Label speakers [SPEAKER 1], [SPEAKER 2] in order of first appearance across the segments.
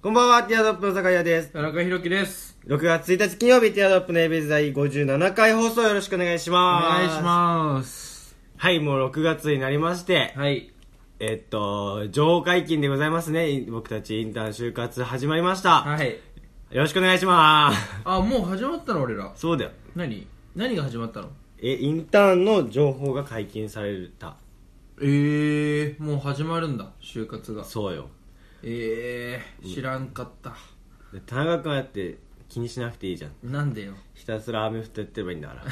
[SPEAKER 1] こんばんは、ティアドロップの酒屋です。
[SPEAKER 2] 田中裕樹です。
[SPEAKER 1] 6月1日金曜日、ティアドロップのエビズ第57回放送よろしくお願いし
[SPEAKER 2] お
[SPEAKER 1] ます。
[SPEAKER 2] 願いします。
[SPEAKER 1] す。はい、もう6月になりまして、
[SPEAKER 2] はい。
[SPEAKER 1] えっと、情報解禁でございますね。僕たちインターン就活始まりました。
[SPEAKER 2] はい。
[SPEAKER 1] よろしくお願いします。
[SPEAKER 2] あ、もう始まったの俺ら。
[SPEAKER 1] そうだよ。
[SPEAKER 2] 何何が始まったの
[SPEAKER 1] え、インターンの情報が解禁された。
[SPEAKER 2] ええー、もう始まるんだ、就活が。
[SPEAKER 1] そうよ。
[SPEAKER 2] ええー、知らんかった。
[SPEAKER 1] で田中君はやって気にしなくていいじゃん。
[SPEAKER 2] なんでよ。
[SPEAKER 1] ひたすら雨降ってやってればいいんだか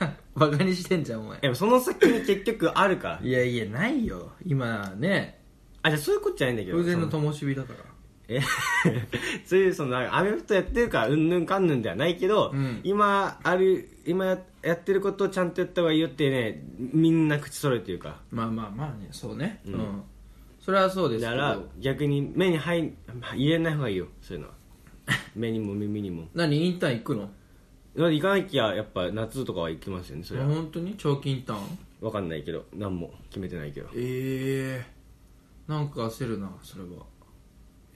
[SPEAKER 1] ら。
[SPEAKER 2] バカにしてんじゃん、お前。
[SPEAKER 1] え、その先に結局あるから。
[SPEAKER 2] いやいや、ないよ。今ね、
[SPEAKER 1] あ、じゃあそういうことじゃないんだけど。
[SPEAKER 2] 偶然の
[SPEAKER 1] そ
[SPEAKER 2] 灯火だから。
[SPEAKER 1] え そういうそのなんかアメフトやってるからうんぬんかんぬんではないけど、
[SPEAKER 2] うん
[SPEAKER 1] 今ある今ややってることをちゃんとやった方がいいよってねみんな口揃えていうか
[SPEAKER 2] まあまあまあね、そうね。うん。それはそうです
[SPEAKER 1] だ
[SPEAKER 2] け
[SPEAKER 1] か
[SPEAKER 2] ど。
[SPEAKER 1] ら逆に目に入ん入れない方がいいよそういうのは 目にも耳にも
[SPEAKER 2] 何インターン行くの
[SPEAKER 1] だから行かなきゃやっぱ夏とかは行きますよねそれは
[SPEAKER 2] 本当に長期インターン
[SPEAKER 1] 分かんないけど何も決めてないけど
[SPEAKER 2] ええー、なんか焦るなそれは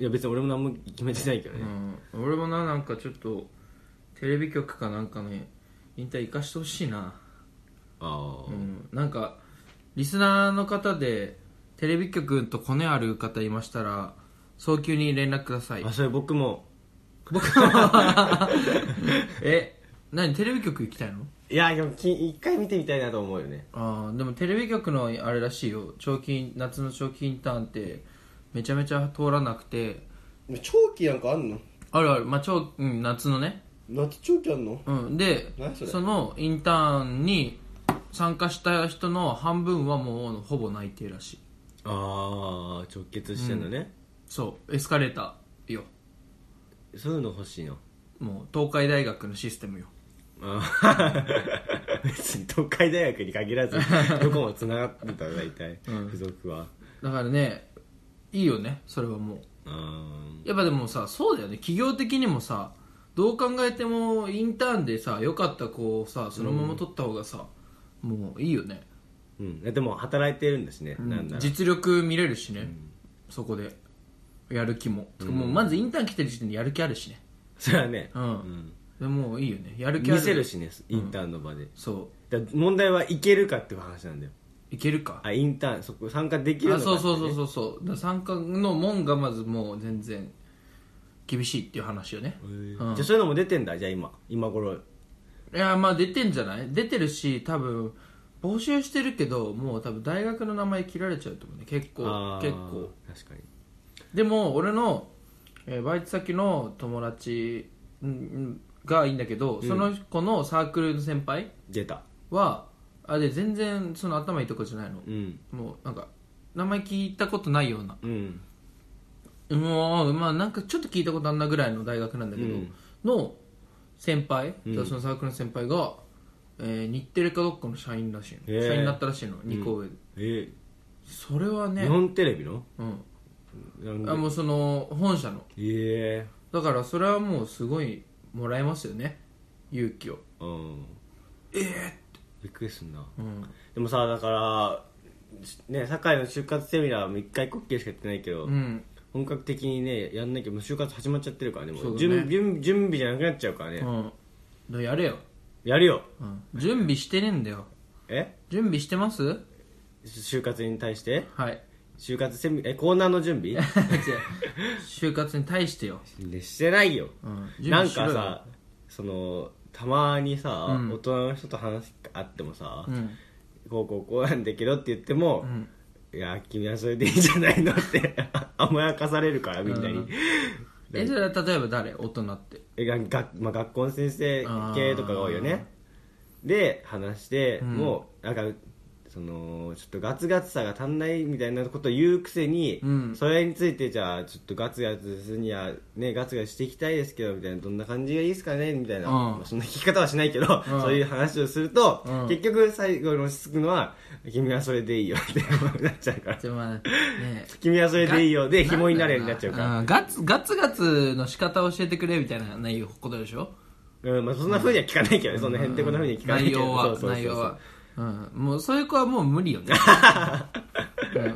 [SPEAKER 2] い
[SPEAKER 1] や別に俺も何も決めてないけどね、
[SPEAKER 2] うん俺もななんかちょっとテレビ局かなんかね引退行かしてほしいな、
[SPEAKER 1] ああ、
[SPEAKER 2] うん、なんかリスナーの方でテレビ局とコネある方いましたら早急に連絡くださ い
[SPEAKER 1] あそれ僕も
[SPEAKER 2] 僕はえ何テレビ局行きたいの
[SPEAKER 1] いやでもき一回見てみたいなと思うよね
[SPEAKER 2] ああでもテレビ局のあれらしいよ長期夏の長期インターンってめちゃめちゃ通らなくて
[SPEAKER 1] 長期なんかあんの
[SPEAKER 2] あるあるまあ長、うん、夏のね
[SPEAKER 1] 夏長期あんの
[SPEAKER 2] うん、で
[SPEAKER 1] 何そ
[SPEAKER 2] そ
[SPEAKER 1] れ
[SPEAKER 2] のインターンに参加した人の半分はもうほぼ内定らしい
[SPEAKER 1] ああ直結してんのね、
[SPEAKER 2] そうエスカレーターよ
[SPEAKER 1] そういうの欲しいの
[SPEAKER 2] もう東海大学のシステムよ
[SPEAKER 1] あー 別に東海大学に限 らずどこもつながってたら大体、
[SPEAKER 2] うん
[SPEAKER 1] 付属は
[SPEAKER 2] だからねいいよねそれはもう
[SPEAKER 1] あ
[SPEAKER 2] やっぱでもさそうだよね企業的にもさどう考えてもインターンでさ良かった子をさそのまま取った方がさ、もういいよね、
[SPEAKER 1] ーうんでも働いてるんですね、なんだろ
[SPEAKER 2] 実力見れるしね、そこでやる気も、てかもうまずインターン来てる時点でやる気あるしね
[SPEAKER 1] それはね、
[SPEAKER 2] うん、でもいいよねやる気ある
[SPEAKER 1] 見せるしねインターンの場で、
[SPEAKER 2] そ
[SPEAKER 1] だから問題はいけるかっていう話なんだよ
[SPEAKER 2] ういけるか
[SPEAKER 1] あインターンそこ参加できるの
[SPEAKER 2] あ
[SPEAKER 1] か
[SPEAKER 2] そうそう
[SPEAKER 1] って
[SPEAKER 2] そ
[SPEAKER 1] ね
[SPEAKER 2] うそうそうだから参加の門がまずもう全然厳しいっていう話よね、
[SPEAKER 1] へ
[SPEAKER 2] う
[SPEAKER 1] ー
[SPEAKER 2] ん
[SPEAKER 1] じゃあそういうのも出てんだじゃあ今今頃
[SPEAKER 2] いやまあ出てんじゃない出てるし多分募集してるけどもう多分大学の名前切られちゃうと思うね結構
[SPEAKER 1] あー
[SPEAKER 2] 結構
[SPEAKER 1] 確かに
[SPEAKER 2] でも俺の、えーバイト先の友達んんがいいんだけど、その子のサークルの先輩
[SPEAKER 1] 出た
[SPEAKER 2] はあで全然その頭いいとこじゃないの、
[SPEAKER 1] うん
[SPEAKER 2] もうなんか名前聞いたことないような
[SPEAKER 1] うん
[SPEAKER 2] もうまあなんかちょっと聞いたことあんなぐらいの大学なんだけど、
[SPEAKER 1] うん
[SPEAKER 2] の先輩、
[SPEAKER 1] うん
[SPEAKER 2] そのサークルの先輩が、えー日テレかどっかの社員らしいの、
[SPEAKER 1] へー
[SPEAKER 2] 社員になったらしいの2個上で、
[SPEAKER 1] え
[SPEAKER 2] それは
[SPEAKER 1] ー
[SPEAKER 2] ね
[SPEAKER 1] 日、本テレビの
[SPEAKER 2] うん、
[SPEAKER 1] なんで
[SPEAKER 2] あもうその本社の
[SPEAKER 1] え
[SPEAKER 2] だからそれはもうすごいもらえますよね勇気を
[SPEAKER 1] えうん
[SPEAKER 2] ええ
[SPEAKER 1] びっくりすんな
[SPEAKER 2] うん
[SPEAKER 1] でもさだからね堺の就活セミナーも一回こっきりしかやってないけど、
[SPEAKER 2] うん
[SPEAKER 1] 本格的にねやんなきゃもう就活始まっちゃってるからねも
[SPEAKER 2] そううだね
[SPEAKER 1] 準備準備準備じゃなくなっちゃうからね、
[SPEAKER 2] うんだからやれよ、
[SPEAKER 1] やるよ
[SPEAKER 2] うん、準備してねえんだよ
[SPEAKER 1] え
[SPEAKER 2] 準備してます
[SPEAKER 1] 就活に対して
[SPEAKER 2] はい
[SPEAKER 1] 就活セミえコーナーの準 備
[SPEAKER 2] 就活に対してよ、
[SPEAKER 1] ねしてないよ、
[SPEAKER 2] うん、
[SPEAKER 1] なんか
[SPEAKER 2] 準備しろよ
[SPEAKER 1] さそのたまにさ、
[SPEAKER 2] うん
[SPEAKER 1] 大人の人と話すあってもさ、
[SPEAKER 2] うん
[SPEAKER 1] こうこうこうなんだけどって言っても、
[SPEAKER 2] ん
[SPEAKER 1] いや君はそれでいいんじゃないのって 甘やかされるからみんなに、
[SPEAKER 2] うんえじゃあ例えば誰大人って
[SPEAKER 1] えがが、まあ、学校の先生系とかが多いよねで話して、
[SPEAKER 2] ん
[SPEAKER 1] もうなんかそのちょっとガツガツさが足んないみたいなことを言うくせに、
[SPEAKER 2] うん
[SPEAKER 1] それについてじゃあちょっとガツガツするにはねガツガツしていきたいですけどみたいなどんな感じがいいですかねみたいな、
[SPEAKER 2] うん
[SPEAKER 1] まあそんな聞き方はしないけど、
[SPEAKER 2] うん
[SPEAKER 1] そういう話をすると、
[SPEAKER 2] うん
[SPEAKER 1] 結局最後に落ち着くのは君はそれでいいよってなっちゃうから
[SPEAKER 2] じゃあまあね
[SPEAKER 1] 君はそれでいいよ で
[SPEAKER 2] え
[SPEAKER 1] 紐になれになっちゃうから
[SPEAKER 2] んガツガツガツの仕方を教えてくれみたいな内容ことでしょ
[SPEAKER 1] うんまあ、そんなふうには聞かないけどね、そんなへんてこなふうには聞かないけど、
[SPEAKER 2] 内容は
[SPEAKER 1] そうそうそうそう
[SPEAKER 2] 内容はうん、もうそういう子はもう無理 よね、うん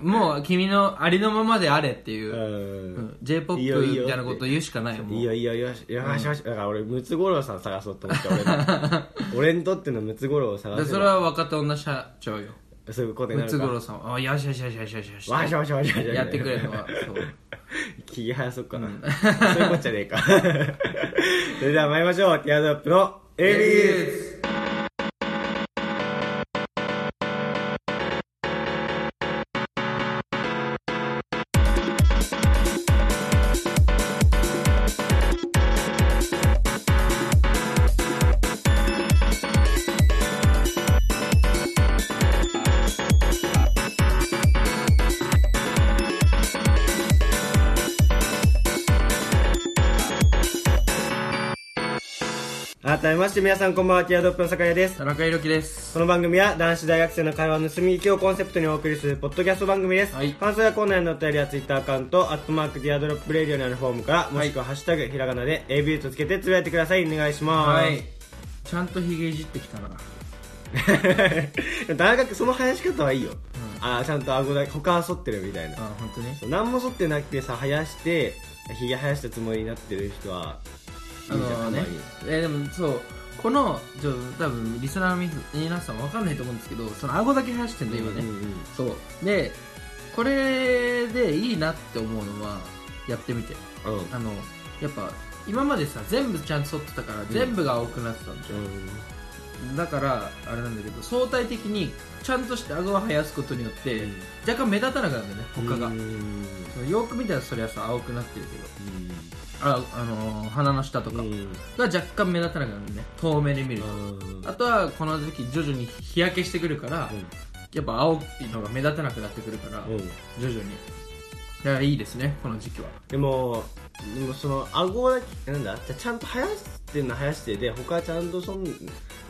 [SPEAKER 2] もう君のありのままであれっていうう、うんん、j p o p
[SPEAKER 1] いいよいいよ
[SPEAKER 2] みたいなこと言うしかないよも
[SPEAKER 1] いいよ
[SPEAKER 2] う
[SPEAKER 1] いいよよしよしよし、だから俺ムツゴロウさん探そうと思って俺 も俺にとってのムツゴロウを探
[SPEAKER 2] で
[SPEAKER 1] せ
[SPEAKER 2] それ
[SPEAKER 1] ば
[SPEAKER 2] は若手女社長よ
[SPEAKER 1] そういうことになる
[SPEAKER 2] ムツ
[SPEAKER 1] か
[SPEAKER 2] ゴロウさんはあよしよしよしよしよしよし
[SPEAKER 1] わしわしわしわし
[SPEAKER 2] やってくれるのはそう
[SPEAKER 1] 気が早そう かな、そういうこっちゃねえかそれでは参りましょうティアドロップのエビーズ改めまして皆さんこんばんはティアドロップの酒屋です
[SPEAKER 2] 田中裕樹です
[SPEAKER 1] この番組は男子大学生の会話の盗み聞きをコンセプトにお送りするポッドキャスト番組です、
[SPEAKER 2] はい
[SPEAKER 1] 感想やコーナーへのお便りやツイッターアカウント「アットマークディアドロップレディオ」にあるフォームからもしくは「ハッシュタグひらがな」で AB とつけてつぶやいてくださいお願いします、
[SPEAKER 2] はいちゃんとひげいじってきたな
[SPEAKER 1] 大学その生やし方はいいよ、あーちゃんと顎だ他は剃ってるみたいな、
[SPEAKER 2] あ本当に
[SPEAKER 1] そう何も剃ってなくてさ生やしてひげ生やしたつもりになってる人は
[SPEAKER 2] あ
[SPEAKER 1] いいじゃん
[SPEAKER 2] のね
[SPEAKER 1] たまに
[SPEAKER 2] えーでもそうこのちょ多分リスナーの皆さん分かんないと思うんですけどその顎だけ生やしてんの今ね、
[SPEAKER 1] うんうん
[SPEAKER 2] そうでこれでいいなって思うのはやってみて
[SPEAKER 1] うん
[SPEAKER 2] あのやっぱ今までさ全部ちゃんと剃ってたから全部が青くなってたんでしょ、だからあれなんだけど相対的にちゃんとして顎を生やすことによって、
[SPEAKER 1] うん
[SPEAKER 2] 若干目立たなくなるんだよね
[SPEAKER 1] うん
[SPEAKER 2] 他が、
[SPEAKER 1] うん
[SPEAKER 2] そうよく見たらそれはさ青くなってるけどあ、あのー鼻の下とか
[SPEAKER 1] う
[SPEAKER 2] が
[SPEAKER 1] ん
[SPEAKER 2] 若干目立たなくなるね遠目で見ると、
[SPEAKER 1] うん
[SPEAKER 2] あとはこの時期徐々に日焼けしてくるから、やっぱ青いのが目立たなくなってくるから、
[SPEAKER 1] うんうん
[SPEAKER 2] 徐々にだからいいですねこの時期は
[SPEAKER 1] でもでもその顎だけなんだじゃあちゃんと生やしてんの生やしてで他はちゃんとそん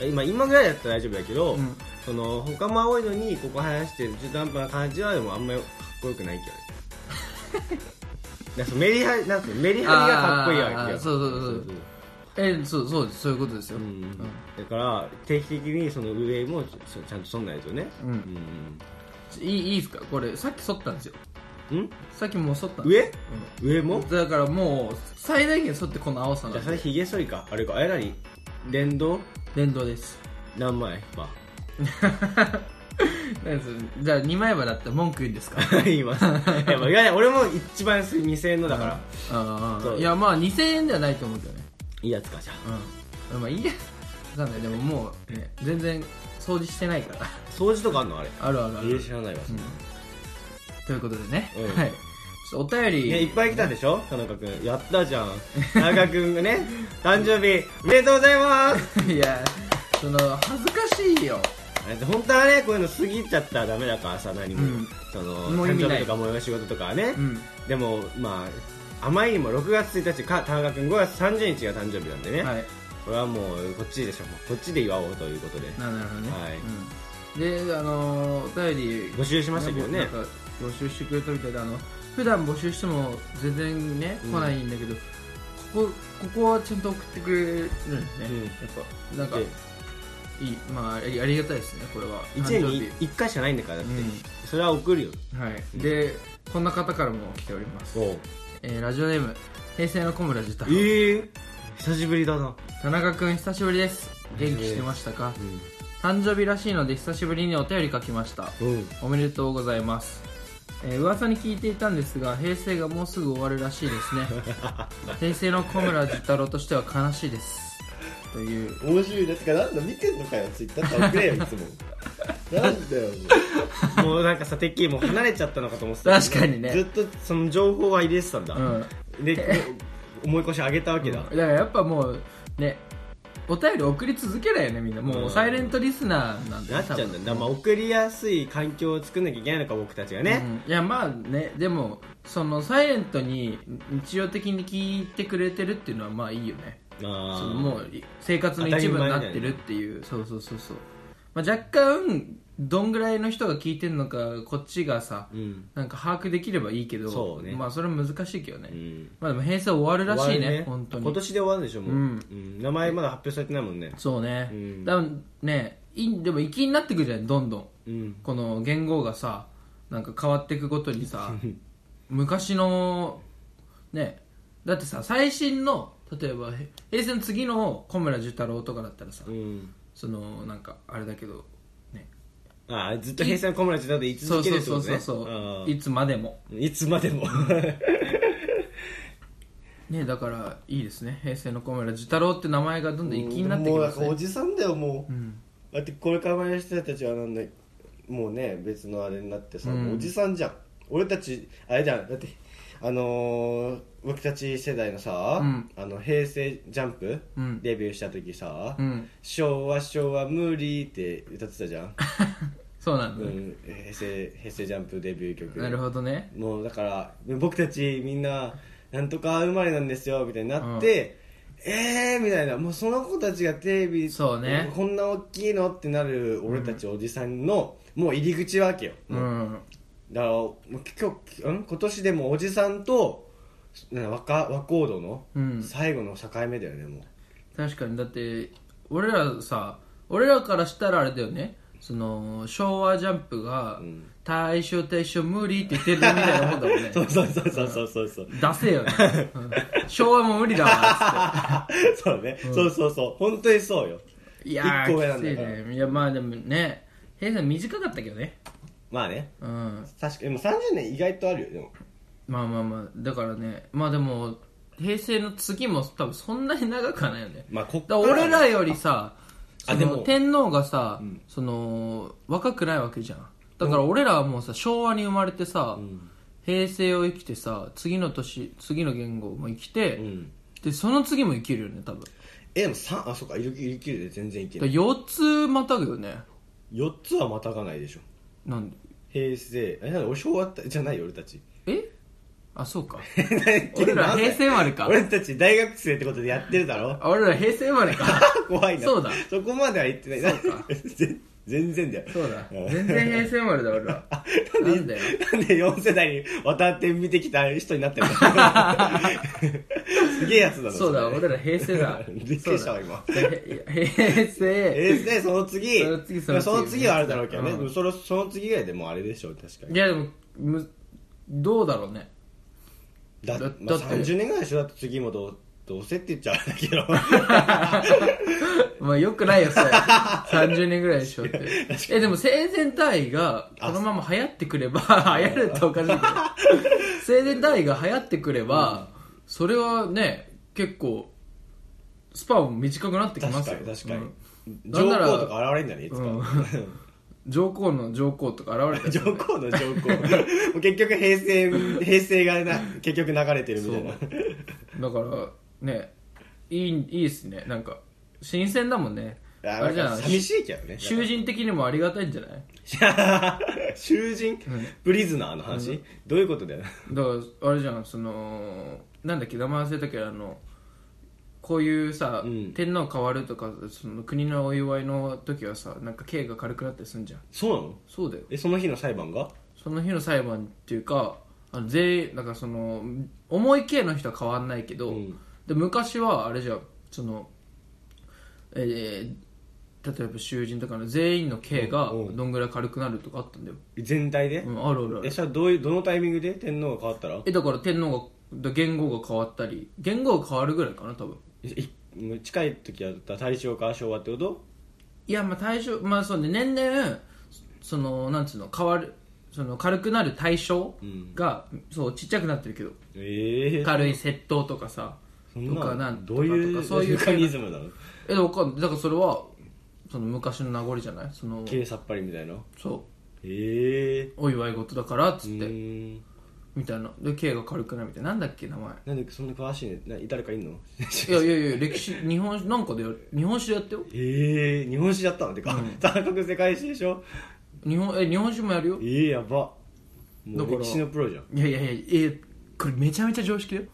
[SPEAKER 1] 今今ぐらいだったら大丈夫だけど、
[SPEAKER 2] うん
[SPEAKER 1] その他も青いのにここ生やしてる中途半端な感じはでもあんまりかっこよくないけど なんかそのメリハリなんかメリハリがかっこいいわけ
[SPEAKER 2] あー
[SPEAKER 1] よ
[SPEAKER 2] そうそうそうえーそうそうですそういうことですよ、
[SPEAKER 1] う
[SPEAKER 2] うんん
[SPEAKER 1] だから定期的にその上もちょちゃんとそんないですよね
[SPEAKER 2] うんいいいいですかこれさっき剃ったんですよ
[SPEAKER 1] うん、うん、
[SPEAKER 2] さっきもう剃ったんです
[SPEAKER 1] 上上も
[SPEAKER 2] うん、だからもう最大限剃ってこの青さ
[SPEAKER 1] じゃ
[SPEAKER 2] な
[SPEAKER 1] あ
[SPEAKER 2] ん
[SPEAKER 1] そ
[SPEAKER 2] で
[SPEAKER 1] れひげ剃りかあれかあれ何連動
[SPEAKER 2] 連動です
[SPEAKER 1] 何枚ま
[SPEAKER 2] 何それじゃあ2枚刃だったら文句言うんですか
[SPEAKER 1] あ言いますいやまあいやいや俺も一番安い2000円の だから
[SPEAKER 2] あ
[SPEAKER 1] そ
[SPEAKER 2] あ
[SPEAKER 1] う
[SPEAKER 2] いやまあ2000円ではないと思うけどね
[SPEAKER 1] いいやつかじゃあ
[SPEAKER 2] うんまあいいやわかんないでももう、ね、全然掃除してないから
[SPEAKER 1] 掃除とかあんのあれ
[SPEAKER 2] あるあるあ
[SPEAKER 1] いや
[SPEAKER 2] る
[SPEAKER 1] 知らないわ、
[SPEAKER 2] んということでね、
[SPEAKER 1] うん
[SPEAKER 2] はいちょっとお便り、
[SPEAKER 1] ね、いっぱい来たでしょ田中君やったじゃん田中君がね 誕生日おめでとうございます
[SPEAKER 2] いやその恥ずかしいよ
[SPEAKER 1] あれ本当はねこういうの過ぎちゃったらダメだからさ何も、
[SPEAKER 2] うん
[SPEAKER 1] その
[SPEAKER 2] もう意
[SPEAKER 1] 誕
[SPEAKER 2] 味
[SPEAKER 1] 生
[SPEAKER 2] な
[SPEAKER 1] 日
[SPEAKER 2] い
[SPEAKER 1] とかもお仕事とかはね、
[SPEAKER 2] うん
[SPEAKER 1] でもまああまりにも6月1日か田中君5月30日が誕生日なんでね、
[SPEAKER 2] はい
[SPEAKER 1] これはもうこっちでしょもうこっちで祝おうということで
[SPEAKER 2] ななるほどね、
[SPEAKER 1] はい
[SPEAKER 2] うん、であのーお便り
[SPEAKER 1] 募集しましたけどね
[SPEAKER 2] なんか募集してくれたみたいであの普段募集しても全然ね
[SPEAKER 1] うん
[SPEAKER 2] 来ないんだけど、ここここはちゃんと送ってくれるんですね、
[SPEAKER 1] うん
[SPEAKER 2] やっぱなんか
[SPEAKER 1] で
[SPEAKER 2] いいまあありありがたいですねこれは
[SPEAKER 1] 1年に1回しかないんだからだって、それは送るよ
[SPEAKER 2] うんはい、でこんな方からも来ております、
[SPEAKER 1] おう
[SPEAKER 2] えーラジオネーム平成の小村寿太
[SPEAKER 1] えー、久しぶりだな、
[SPEAKER 2] 田中君久しぶりです元気してましたか誕生日らしいので久しぶりにお便り書きました
[SPEAKER 1] うんうん
[SPEAKER 2] おめでとうございます、えー噂に聞いていたんですが平成がもうすぐ終わるらしいですね 平成の小村寿太郎としては悲しいですという
[SPEAKER 1] 面白いですかなんだ見てんのかよツイッターって送れよい つもなんだよもうなんかさてっきりもう離れちゃったのかと思ってた
[SPEAKER 2] 確かにね
[SPEAKER 1] ずっとその情報は入れてたんだ、
[SPEAKER 2] うん
[SPEAKER 1] で思い越し上げたわけだ、
[SPEAKER 2] だからやっぱもうねお便り送り続けないよねみんなも
[SPEAKER 1] うん
[SPEAKER 2] うサイレントリスナーなんだ
[SPEAKER 1] な
[SPEAKER 2] よ
[SPEAKER 1] っちゃうんだよ
[SPEAKER 2] 多分
[SPEAKER 1] だからまあ送りやすい環境を作んなきゃいけないのか僕たちがね、
[SPEAKER 2] うんいやまあねでもそのサイレントに日常的に聞いてくれてるっていうのはまあいいよね
[SPEAKER 1] あ
[SPEAKER 2] そ
[SPEAKER 1] あ
[SPEAKER 2] のもうい生活の一部になってるっていうそうそうそうそう、まあ、若干どんぐらいの人が聞いてるのかこっちがさ、
[SPEAKER 1] うん、
[SPEAKER 2] なんか把握できればいいけど
[SPEAKER 1] そうね
[SPEAKER 2] まあそれは難しいけどね、
[SPEAKER 1] うん、
[SPEAKER 2] まあでも平成終わるらしい
[SPEAKER 1] 終わ
[SPEAKER 2] ね
[SPEAKER 1] る
[SPEAKER 2] 本当に
[SPEAKER 1] 今年で終わるんでしょもう、
[SPEAKER 2] うん
[SPEAKER 1] 名前まだ発表されてないもんね
[SPEAKER 2] そうね、
[SPEAKER 1] うん
[SPEAKER 2] だからねいでも粋になってくるじゃんどんど
[SPEAKER 1] う
[SPEAKER 2] ん
[SPEAKER 1] ん
[SPEAKER 2] この言語がさなんか変わっていくごと にさ昔のねだってさ最新の例えばへ平成の次の小村寿太郎とかだったらさ
[SPEAKER 1] うん
[SPEAKER 2] そのなんかあれだけどね
[SPEAKER 1] ああずっと平成の小村ちだって言い
[SPEAKER 2] そ
[SPEAKER 1] 続け
[SPEAKER 2] うそ
[SPEAKER 1] るっ
[SPEAKER 2] う
[SPEAKER 1] て
[SPEAKER 2] そ
[SPEAKER 1] こ
[SPEAKER 2] う
[SPEAKER 1] と
[SPEAKER 2] そう
[SPEAKER 1] ね
[SPEAKER 2] そう
[SPEAKER 1] うん
[SPEAKER 2] いつまでも
[SPEAKER 1] いつまでも
[SPEAKER 2] ねだからいいですね平成の小村寿太郎って名前がどんどん粋になってき
[SPEAKER 1] もうな
[SPEAKER 2] ま
[SPEAKER 1] ん
[SPEAKER 2] す
[SPEAKER 1] かお
[SPEAKER 2] ね
[SPEAKER 1] じさんだよもう
[SPEAKER 2] うん
[SPEAKER 1] だってこれからの人たちはなんだもうね別のあれになってさ、
[SPEAKER 2] うん
[SPEAKER 1] もうおじさんじゃん俺たちあれじゃんだってあのー僕たち世代のさ、
[SPEAKER 2] うん
[SPEAKER 1] あの平成ジャンプ、
[SPEAKER 2] うん
[SPEAKER 1] デビューした時さ、
[SPEAKER 2] うん
[SPEAKER 1] 昭和昭和無理って歌ってたじゃん、
[SPEAKER 2] そうなん
[SPEAKER 1] う
[SPEAKER 2] だね
[SPEAKER 1] ん、平成平成ジャンプデビュー曲
[SPEAKER 2] なるほどね
[SPEAKER 1] もうだから僕たちみんななんとか生まれなんですよみたいになって、えーみたいなもうその子たちがテレビ
[SPEAKER 2] そうね
[SPEAKER 1] こんな大きいのってなる俺たちおじさんの、もう入り口わけよ、
[SPEAKER 2] うん
[SPEAKER 1] だからもう今日ん今年でもおじさんとな若和光堂の
[SPEAKER 2] うん
[SPEAKER 1] 最後の境目だよねもう
[SPEAKER 2] 確かにだって俺らさ俺らからしたらあれだよねその昭和ジャンプが
[SPEAKER 1] ん
[SPEAKER 2] 「大正大正無理」って言ってるみたいなもんだもんね
[SPEAKER 1] そうそうそうそうそうそう そう
[SPEAKER 2] 出せよ、ねうん昭和も無理だわっ
[SPEAKER 1] そうね、そうそうそう本当にそうよ
[SPEAKER 2] つっていや
[SPEAKER 1] 一個上な
[SPEAKER 2] ー
[SPEAKER 1] ん
[SPEAKER 2] き
[SPEAKER 1] だ
[SPEAKER 2] つい
[SPEAKER 1] から
[SPEAKER 2] ねいやまあでもね平成短かったけどね
[SPEAKER 1] まあね
[SPEAKER 2] うん
[SPEAKER 1] 確かにでも30年意外とあるよでも
[SPEAKER 2] まあまあまあだからねまあでも平成の次も多分そんなに長くはないよね
[SPEAKER 1] まあこっ
[SPEAKER 2] だから俺らよりさ
[SPEAKER 1] あ
[SPEAKER 2] そ
[SPEAKER 1] で
[SPEAKER 2] の
[SPEAKER 1] も
[SPEAKER 2] 天皇がさ、その若くないわけじゃんだから俺らはもうさ昭和に生まれてさ、平成を生きてさ次の年次の言語も生きて、
[SPEAKER 1] うん
[SPEAKER 2] でその次も生きるよね多分だか
[SPEAKER 1] えでも3あそうかいるいるで全然いけな
[SPEAKER 2] ら
[SPEAKER 1] い
[SPEAKER 2] 4つまたぐよね
[SPEAKER 1] 4つはまたがないでしょ
[SPEAKER 2] なんで
[SPEAKER 1] 平成えなんで俺昭和じゃないよ俺た ち
[SPEAKER 2] えあそう か俺ら平成生まれか
[SPEAKER 1] 俺たち大学生ってことでやってるだ ろ
[SPEAKER 2] あ俺ら平成生ま れか
[SPEAKER 1] 怖いな
[SPEAKER 2] そうだ
[SPEAKER 1] そこまでは言ってない
[SPEAKER 2] そうか
[SPEAKER 1] 全全然だよ
[SPEAKER 2] そうだ
[SPEAKER 1] ん
[SPEAKER 2] 全然平成生まれだ俺らなんだよ
[SPEAKER 1] なんで4世代にわたって見てきた人になって るんだすげえやつだな
[SPEAKER 2] そうだ
[SPEAKER 1] それ
[SPEAKER 2] 俺ら平成だ
[SPEAKER 1] びっくりしたわ今
[SPEAKER 2] そうだへ平成
[SPEAKER 1] 平成その次
[SPEAKER 2] その次その次
[SPEAKER 1] その次はあれだろうけどね、
[SPEAKER 2] うん
[SPEAKER 1] でもそのその次ぐらいでもうあれでしょ確かに
[SPEAKER 2] いやでもむどうだろうね
[SPEAKER 1] だ
[SPEAKER 2] だ
[SPEAKER 1] まあ、
[SPEAKER 2] だって
[SPEAKER 1] 30年ぐらいでしょだって次もどうどうせって言っちゃうんだけど
[SPEAKER 2] まあよくないよ それ30年ぐらいでしょってえでも性善体がこのまま流行ってくれば流行るっておかしいけど性善体が流行ってくれば、それはね結構スパンも短くなってきま
[SPEAKER 1] 確
[SPEAKER 2] す
[SPEAKER 1] か
[SPEAKER 2] よ
[SPEAKER 1] に確かに、
[SPEAKER 2] な
[SPEAKER 1] 上
[SPEAKER 2] んなら
[SPEAKER 1] 皇とか現れんじゃねいつか、
[SPEAKER 2] うん上皇の上皇とか 現れた
[SPEAKER 1] 上
[SPEAKER 2] よね
[SPEAKER 1] 皇の上皇もう 結局平成平成がな結局流れてるみたいな
[SPEAKER 2] だからねいいいいですねなんか新鮮だもんね
[SPEAKER 1] あなんか寂しいけどね
[SPEAKER 2] 囚人的にもありがたいんじゃない
[SPEAKER 1] 囚人、プリズナーの話、どういうことだよ
[SPEAKER 2] だからあれじゃんそのなんだっけ名前忘れたけどあのこういうさ、
[SPEAKER 1] うん
[SPEAKER 2] 天皇変わるとかその国のお祝いの時はさなんか刑が軽くなったりすんじゃん
[SPEAKER 1] そうなの
[SPEAKER 2] そうだよ
[SPEAKER 1] えその日の裁判が
[SPEAKER 2] その日の裁判っていうかあの全員なんかその重い刑の人は変わんないけど、
[SPEAKER 1] うん
[SPEAKER 2] で昔はあれじゃんそのえー例えば囚人とかの全員の刑が
[SPEAKER 1] うんうん
[SPEAKER 2] どんぐらい軽くなるとかあったんだよ、
[SPEAKER 1] 全体で、
[SPEAKER 2] うん、あるあるある
[SPEAKER 1] えそれはどういうどのタイミングで天皇が変わったら
[SPEAKER 2] えだから天皇が言語が変わったり言語が変わるぐらいかな多分
[SPEAKER 1] い近い時は大正か昭和ってこと
[SPEAKER 2] いやまあ対象まあそうね年々そのなんつうの変わるその軽くなる対象が、そうちっちゃくなってるけど
[SPEAKER 1] ええ
[SPEAKER 2] 軽い窃盗とかさ
[SPEAKER 1] そん
[SPEAKER 2] とかなん
[SPEAKER 1] ど
[SPEAKER 2] とか
[SPEAKER 1] うい
[SPEAKER 2] と
[SPEAKER 1] う
[SPEAKER 2] かそういう
[SPEAKER 1] メカニズムなの
[SPEAKER 2] えでもわかんないだからそれはその昔の名残じゃないその
[SPEAKER 1] 綺麗さっぱりみたいな
[SPEAKER 2] そ
[SPEAKER 1] へえ
[SPEAKER 2] うお祝い事だからっつって、
[SPEAKER 1] ー、
[SPEAKER 2] みたいなで刑が軽くなるみたいななんだっけ名前
[SPEAKER 1] なんでそんな詳しいねな誰かいんの
[SPEAKER 2] いやいやいや歴史日本史なんかでや日本史でやってよ
[SPEAKER 1] ええー、日本史だったのてか、三角世界史でしょ
[SPEAKER 2] 日本え日本史もやるよ
[SPEAKER 1] ええやばも
[SPEAKER 2] だか
[SPEAKER 1] う
[SPEAKER 2] ら
[SPEAKER 1] 歴史のプロじゃん
[SPEAKER 2] いやいやいやえこれめちゃめちゃ常識だよ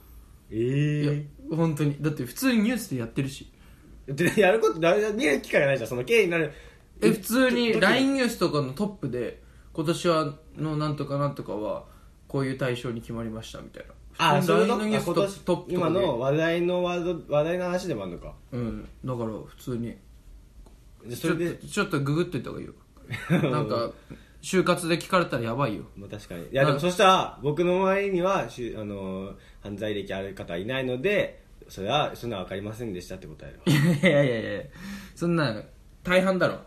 [SPEAKER 1] え
[SPEAKER 2] いや
[SPEAKER 1] ー、
[SPEAKER 2] 本当にだって普通にニュースでやってるし
[SPEAKER 1] でやることだ見る機会がないじゃんその経緯になる
[SPEAKER 2] え普通に
[SPEAKER 1] ど
[SPEAKER 2] LINE ニュースとかのトップで今年はのなんとかなんとかはこういう対象に決まりましたみたいな
[SPEAKER 1] あ
[SPEAKER 2] 普
[SPEAKER 1] そう
[SPEAKER 2] 通
[SPEAKER 1] い
[SPEAKER 2] に
[SPEAKER 1] う
[SPEAKER 2] LINE
[SPEAKER 1] こ
[SPEAKER 2] の
[SPEAKER 1] と
[SPEAKER 2] ニュースト
[SPEAKER 1] あ
[SPEAKER 2] ップトップと
[SPEAKER 1] 今
[SPEAKER 2] かで
[SPEAKER 1] の話題のワード話題の話でもあるのか
[SPEAKER 2] うんだから普通に
[SPEAKER 1] でそ
[SPEAKER 2] ち
[SPEAKER 1] れ
[SPEAKER 2] ょっ
[SPEAKER 1] で
[SPEAKER 2] とちょっとググっといた方 がいいよなんか就活で聞かれたらやばいよ
[SPEAKER 1] まあ、確かにいやで
[SPEAKER 2] う
[SPEAKER 1] も
[SPEAKER 2] ん
[SPEAKER 1] そしたら僕の周りにはしゅあのー犯罪歴ある方いないのでそれはそんな分かりませんでしたって答え
[SPEAKER 2] いやいやいやいやそんな大半だ ろ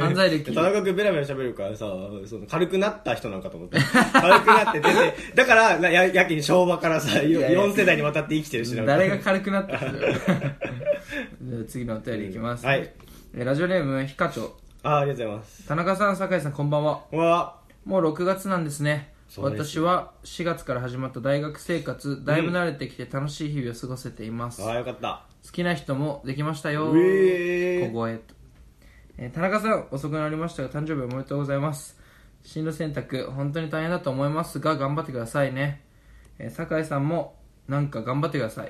[SPEAKER 2] 犯罪歴
[SPEAKER 1] 田中君ベラベラ喋るからさその軽くなった人なんかと思った軽くなって出てだからなややけに昭和からさ
[SPEAKER 2] やいや
[SPEAKER 1] 4世代にわたって生きてるしなんか
[SPEAKER 2] 誰が軽く なった人だよじゃあ次のお便りいきます、
[SPEAKER 1] はい
[SPEAKER 2] えラジオネームひかちょ
[SPEAKER 1] あありがとうございます
[SPEAKER 2] 田中さん酒井さんこんばんは
[SPEAKER 1] うわ
[SPEAKER 2] もう6月なんですね
[SPEAKER 1] そうです
[SPEAKER 2] 私は4月から始まった大学生活だいぶ慣れてきて楽しい日々を過ごせています、
[SPEAKER 1] ああよかった
[SPEAKER 2] 好きな人もできましたよ
[SPEAKER 1] うえー
[SPEAKER 2] 小声と、えー田中さん遅くなりましたが誕生日おめでとうございます進路選択本当に大変だと思いますが頑張ってくださいね、えー酒井さんもなんか頑張ってく ださい、